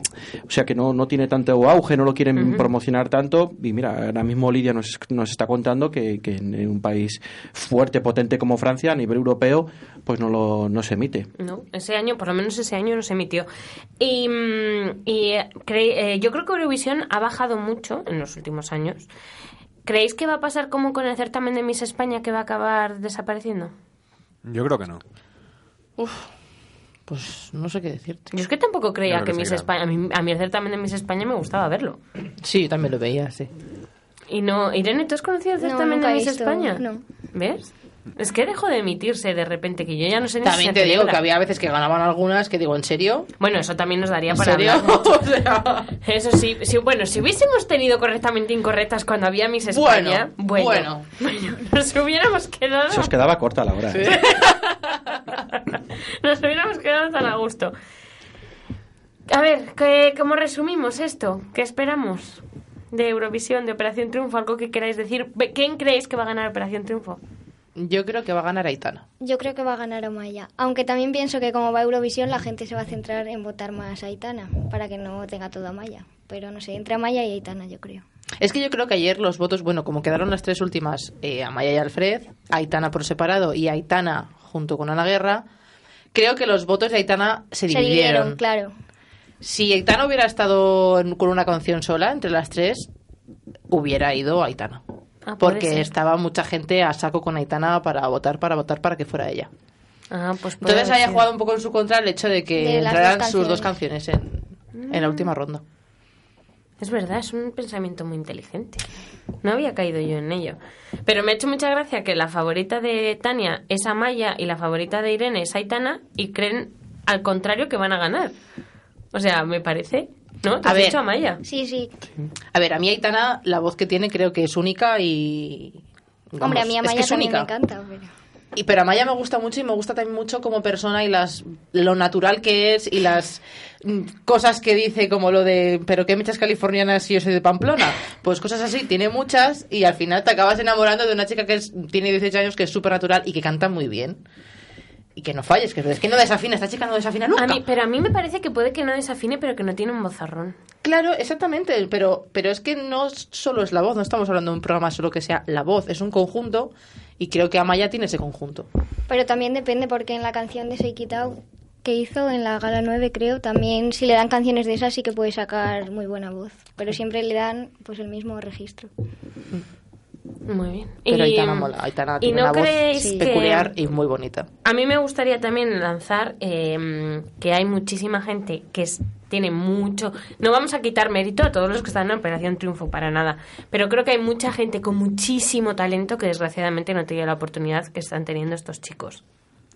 [SPEAKER 6] o sea, que no, no tiene tanto auge, no lo quieren
[SPEAKER 2] Ujú.
[SPEAKER 6] promocionar tanto. Y mira, ahora mismo Lidia nos, nos está contando que, que en un país fuerte, potente como Francia, a nivel europeo, pues no, lo, no se emite.
[SPEAKER 2] No, ese año, por lo menos ese año no se emitió. Y, mm, y, eh, cre- eh, yo creo que Eurovisión ha bajado mucho en los últimos años. ¿Creéis que va a pasar como con el certamen de Miss España que va a acabar desapareciendo?
[SPEAKER 5] Yo creo que no.
[SPEAKER 4] Pues no sé qué decirte.
[SPEAKER 2] Yo es que tampoco creía
[SPEAKER 5] Yo
[SPEAKER 2] que
[SPEAKER 5] creo que
[SPEAKER 2] Miss
[SPEAKER 5] sí,
[SPEAKER 2] España, a mí, a mí el certamen de Miss España me gustaba verlo.
[SPEAKER 4] Sí, yo también lo veía, sí.
[SPEAKER 2] Y no, Irene, ¿tú has conocido el
[SPEAKER 3] No,
[SPEAKER 2] certamen
[SPEAKER 3] nunca
[SPEAKER 2] de
[SPEAKER 3] he
[SPEAKER 2] Miss
[SPEAKER 3] visto,
[SPEAKER 2] España?
[SPEAKER 3] no.
[SPEAKER 2] ¿Ves? Es que dejó de emitirse de repente, que yo ya no sé ni si
[SPEAKER 4] También
[SPEAKER 2] se
[SPEAKER 4] te digo
[SPEAKER 2] celebra.
[SPEAKER 4] que había veces que ganaban algunas que digo, ¿en serio?
[SPEAKER 2] Bueno, eso también nos daría
[SPEAKER 4] ¿En
[SPEAKER 2] para
[SPEAKER 4] serio?
[SPEAKER 2] hablar mucho.
[SPEAKER 4] O sea,
[SPEAKER 2] Eso sí, sí, bueno, si hubiésemos tenido correctamente incorrectas cuando había Miss
[SPEAKER 4] Bueno,
[SPEAKER 2] España, bueno,
[SPEAKER 4] bueno.
[SPEAKER 2] bueno, nos hubiéramos quedado,
[SPEAKER 6] Se os quedaba corta la hora. ¿eh?
[SPEAKER 2] nos hubiéramos quedado tan a gusto. A ver, que, ¿cómo resumimos esto? ¿Qué esperamos de Eurovisión, de Operación Triunfo? Algo que queráis decir. Ve- ¿Quién creéis que va a ganar Operación Triunfo?
[SPEAKER 4] yo creo que va a ganar Aitana.
[SPEAKER 3] Yo creo que va a ganar Amaya. Aunque también pienso que como va Eurovisión, la gente se va a centrar en votar más a Aitana, para que no tenga todo Amaya. Pero no sé, entre Amaya y Aitana, yo creo.
[SPEAKER 4] Es que yo creo que ayer los votos, bueno, como quedaron las tres últimas, eh, Amaya y Alfred, Aitana por separado y Aitana junto con Ana Guerra, creo que los votos de Aitana se
[SPEAKER 3] Se
[SPEAKER 4] dividieron.
[SPEAKER 3] dividieron, claro.
[SPEAKER 4] Si Aitana hubiera estado en- con una canción sola entre las tres, hubiera ido Aitana.
[SPEAKER 2] Ah, puede
[SPEAKER 4] porque
[SPEAKER 2] ser.
[SPEAKER 4] estaba mucha gente a saco con Aitana para votar, para votar, para que fuera ella.
[SPEAKER 2] Ah, pues puede
[SPEAKER 4] Entonces haya
[SPEAKER 2] ser.
[SPEAKER 4] jugado un poco en su contra el hecho de que
[SPEAKER 3] De las
[SPEAKER 4] entraran
[SPEAKER 3] dos
[SPEAKER 4] sus dos canciones en, en la última ronda.
[SPEAKER 2] Es verdad, es un pensamiento muy inteligente. No había caído yo en ello. Pero me ha hecho mucha gracia que la favorita de Tania es Amaya y la favorita de Irene es Aitana y creen al contrario que van a ganar. O sea, me parece. ¿No? ¿Te
[SPEAKER 4] A
[SPEAKER 2] has
[SPEAKER 4] ver.
[SPEAKER 2] dicho Amaya?
[SPEAKER 3] Sí, sí.
[SPEAKER 4] A ver, a mí Aitana, la voz que tiene creo que es única y...
[SPEAKER 3] Hombre,
[SPEAKER 4] vamos,
[SPEAKER 3] a mí
[SPEAKER 4] es
[SPEAKER 3] Amaya
[SPEAKER 4] que es
[SPEAKER 3] también me
[SPEAKER 4] única.
[SPEAKER 3] encanta, pero...
[SPEAKER 4] Y, pero Amaya me gusta mucho y me gusta también mucho como persona y las lo natural que es y las mm, cosas que dice como lo de pero qué mechas californianas si yo soy de Pamplona pues cosas así tiene muchas y al final te acabas enamorando de una chica que es- tiene 18 años que es súper natural y que canta muy bien y que no falles que es que no desafina esta chica no desafina nunca
[SPEAKER 2] A mí, pero a mí me parece que puede que no desafine, pero que no tiene un bozarrón.
[SPEAKER 4] Claro, exactamente, pero, pero es que no s- solo es la voz, no estamos hablando de un programa solo que sea la voz, es un conjunto y creo que Amaya tiene ese conjunto.
[SPEAKER 3] Pero también depende porque en la canción de Shake It Out que hizo en la gala 9 creo, también si le dan canciones de esas sí que puede sacar muy buena voz, pero siempre le dan pues el mismo registro.
[SPEAKER 2] Muy bien.
[SPEAKER 4] Pero
[SPEAKER 2] Y, mm,
[SPEAKER 4] Aitana mola, Aitana
[SPEAKER 2] ¿y
[SPEAKER 4] tiene
[SPEAKER 2] no
[SPEAKER 4] una voz
[SPEAKER 2] creéis
[SPEAKER 3] sí.
[SPEAKER 2] que-
[SPEAKER 4] peculiar y muy bonita.
[SPEAKER 2] A mí me gustaría también lanzar eh, que hay muchísima gente que es- tiene mucho... No vamos a quitar mérito a todos los que están en Operación Triunfo, para nada. Pero creo que hay mucha gente con muchísimo talento que desgraciadamente no tiene la oportunidad que están teniendo estos chicos.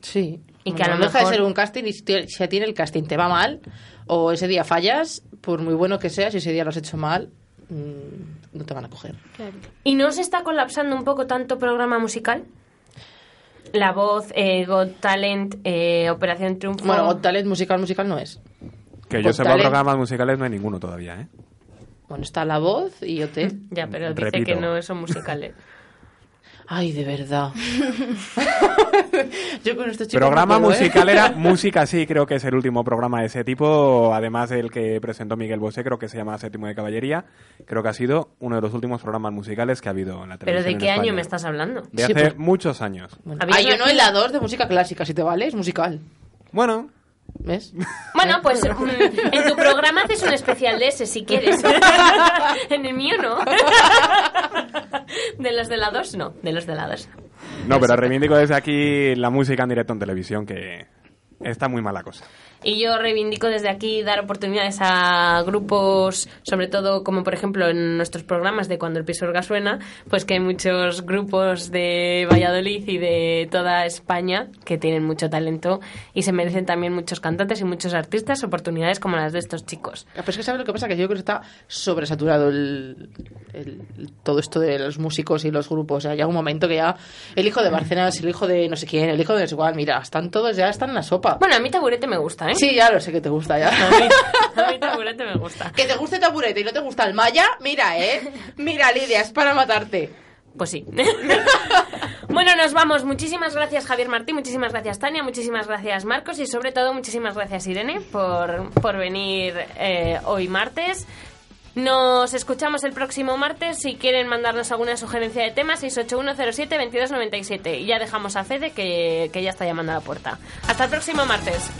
[SPEAKER 4] Sí.
[SPEAKER 2] Y que a lo
[SPEAKER 4] no deja de
[SPEAKER 2] mejor-
[SPEAKER 4] ser un casting y si te- si a ti en el casting te va mal o ese día fallas, por muy bueno que seas, si ese día lo has hecho mal, mm, no te van a coger.
[SPEAKER 2] ¿Y no se está colapsando un poco tanto programa musical? La voz, eh, Got Talent, eh, Operación Triunfo...
[SPEAKER 4] Bueno, Got Talent musical, musical no es.
[SPEAKER 5] Que yo
[SPEAKER 2] Pues
[SPEAKER 4] Con
[SPEAKER 5] sepa
[SPEAKER 4] talento.
[SPEAKER 5] programas musicales no hay ninguno todavía, ¿eh?
[SPEAKER 4] Bueno, está la voz y yo te...
[SPEAKER 2] Ya, pero dice
[SPEAKER 5] Repito.
[SPEAKER 2] que no son musicales.
[SPEAKER 4] Ay, de verdad. yo con estos chicos no
[SPEAKER 5] programa
[SPEAKER 4] puedo, ¿eh?
[SPEAKER 5] musical era Música Sí, creo que es el último programa de ese tipo. Además, el que presentó Miguel Bosé, creo que se llama Séptimo de Caballería. Creo que ha sido uno de los últimos programas musicales que ha habido en la
[SPEAKER 2] ¿Pero
[SPEAKER 5] televisión.
[SPEAKER 2] de
[SPEAKER 5] en
[SPEAKER 2] qué año
[SPEAKER 5] España.
[SPEAKER 2] me estás hablando?
[SPEAKER 5] De
[SPEAKER 4] Sí,
[SPEAKER 5] hace
[SPEAKER 4] pues-
[SPEAKER 5] muchos años.
[SPEAKER 4] Bueno,
[SPEAKER 2] Había
[SPEAKER 4] hay
[SPEAKER 2] una-
[SPEAKER 4] uno en la 2 de música clásica, si te vale, es musical.
[SPEAKER 5] Bueno,
[SPEAKER 4] ¿Ves?
[SPEAKER 2] Bueno, pues mm, en tu programa haces un especial de ese si quieres. en el mío no. de los de la 2 no, de los de la 2 no.
[SPEAKER 5] no, pero reivindico desde aquí la música en directo en televisión, que está muy mala cosa.
[SPEAKER 2] Y yo reivindico desde aquí dar oportunidades a grupos, sobre todo como por ejemplo en nuestros programas de Cuando el Pisorga suena, pues que hay muchos grupos de Valladolid y de toda España que tienen mucho talento y se merecen también muchos cantantes y muchos artistas oportunidades como las de estos chicos.
[SPEAKER 4] Ah, Pero es que sabes lo que pasa, que yo creo que está sobresaturado el, el- todo esto de los músicos y los grupos. O sea, ya un momento que ya el hijo de Barcenas, el hijo de no sé quién, el hijo de no sé cuál, mira, están todos ya, están en la sopa.
[SPEAKER 2] Bueno, a mí taburete me gusta, ¿eh?
[SPEAKER 4] Sí, ya lo sé que te gusta ya.
[SPEAKER 2] A mí taburete me gusta.
[SPEAKER 4] que te guste taburete y no te gusta el maya, mira, ¿eh? Mira, Lidia, es para matarte.
[SPEAKER 2] Pues sí. bueno, nos vamos. Muchísimas gracias Javier Martín, muchísimas gracias Tania, muchísimas gracias Marcos y sobre todo muchísimas gracias Irene por, por venir eh, hoy martes. Nos escuchamos el próximo martes. Si quieren mandarnos alguna sugerencia de tema, 68107-2297. Y ya dejamos a Fede que, que ya está llamando a la puerta. Hasta el próximo martes.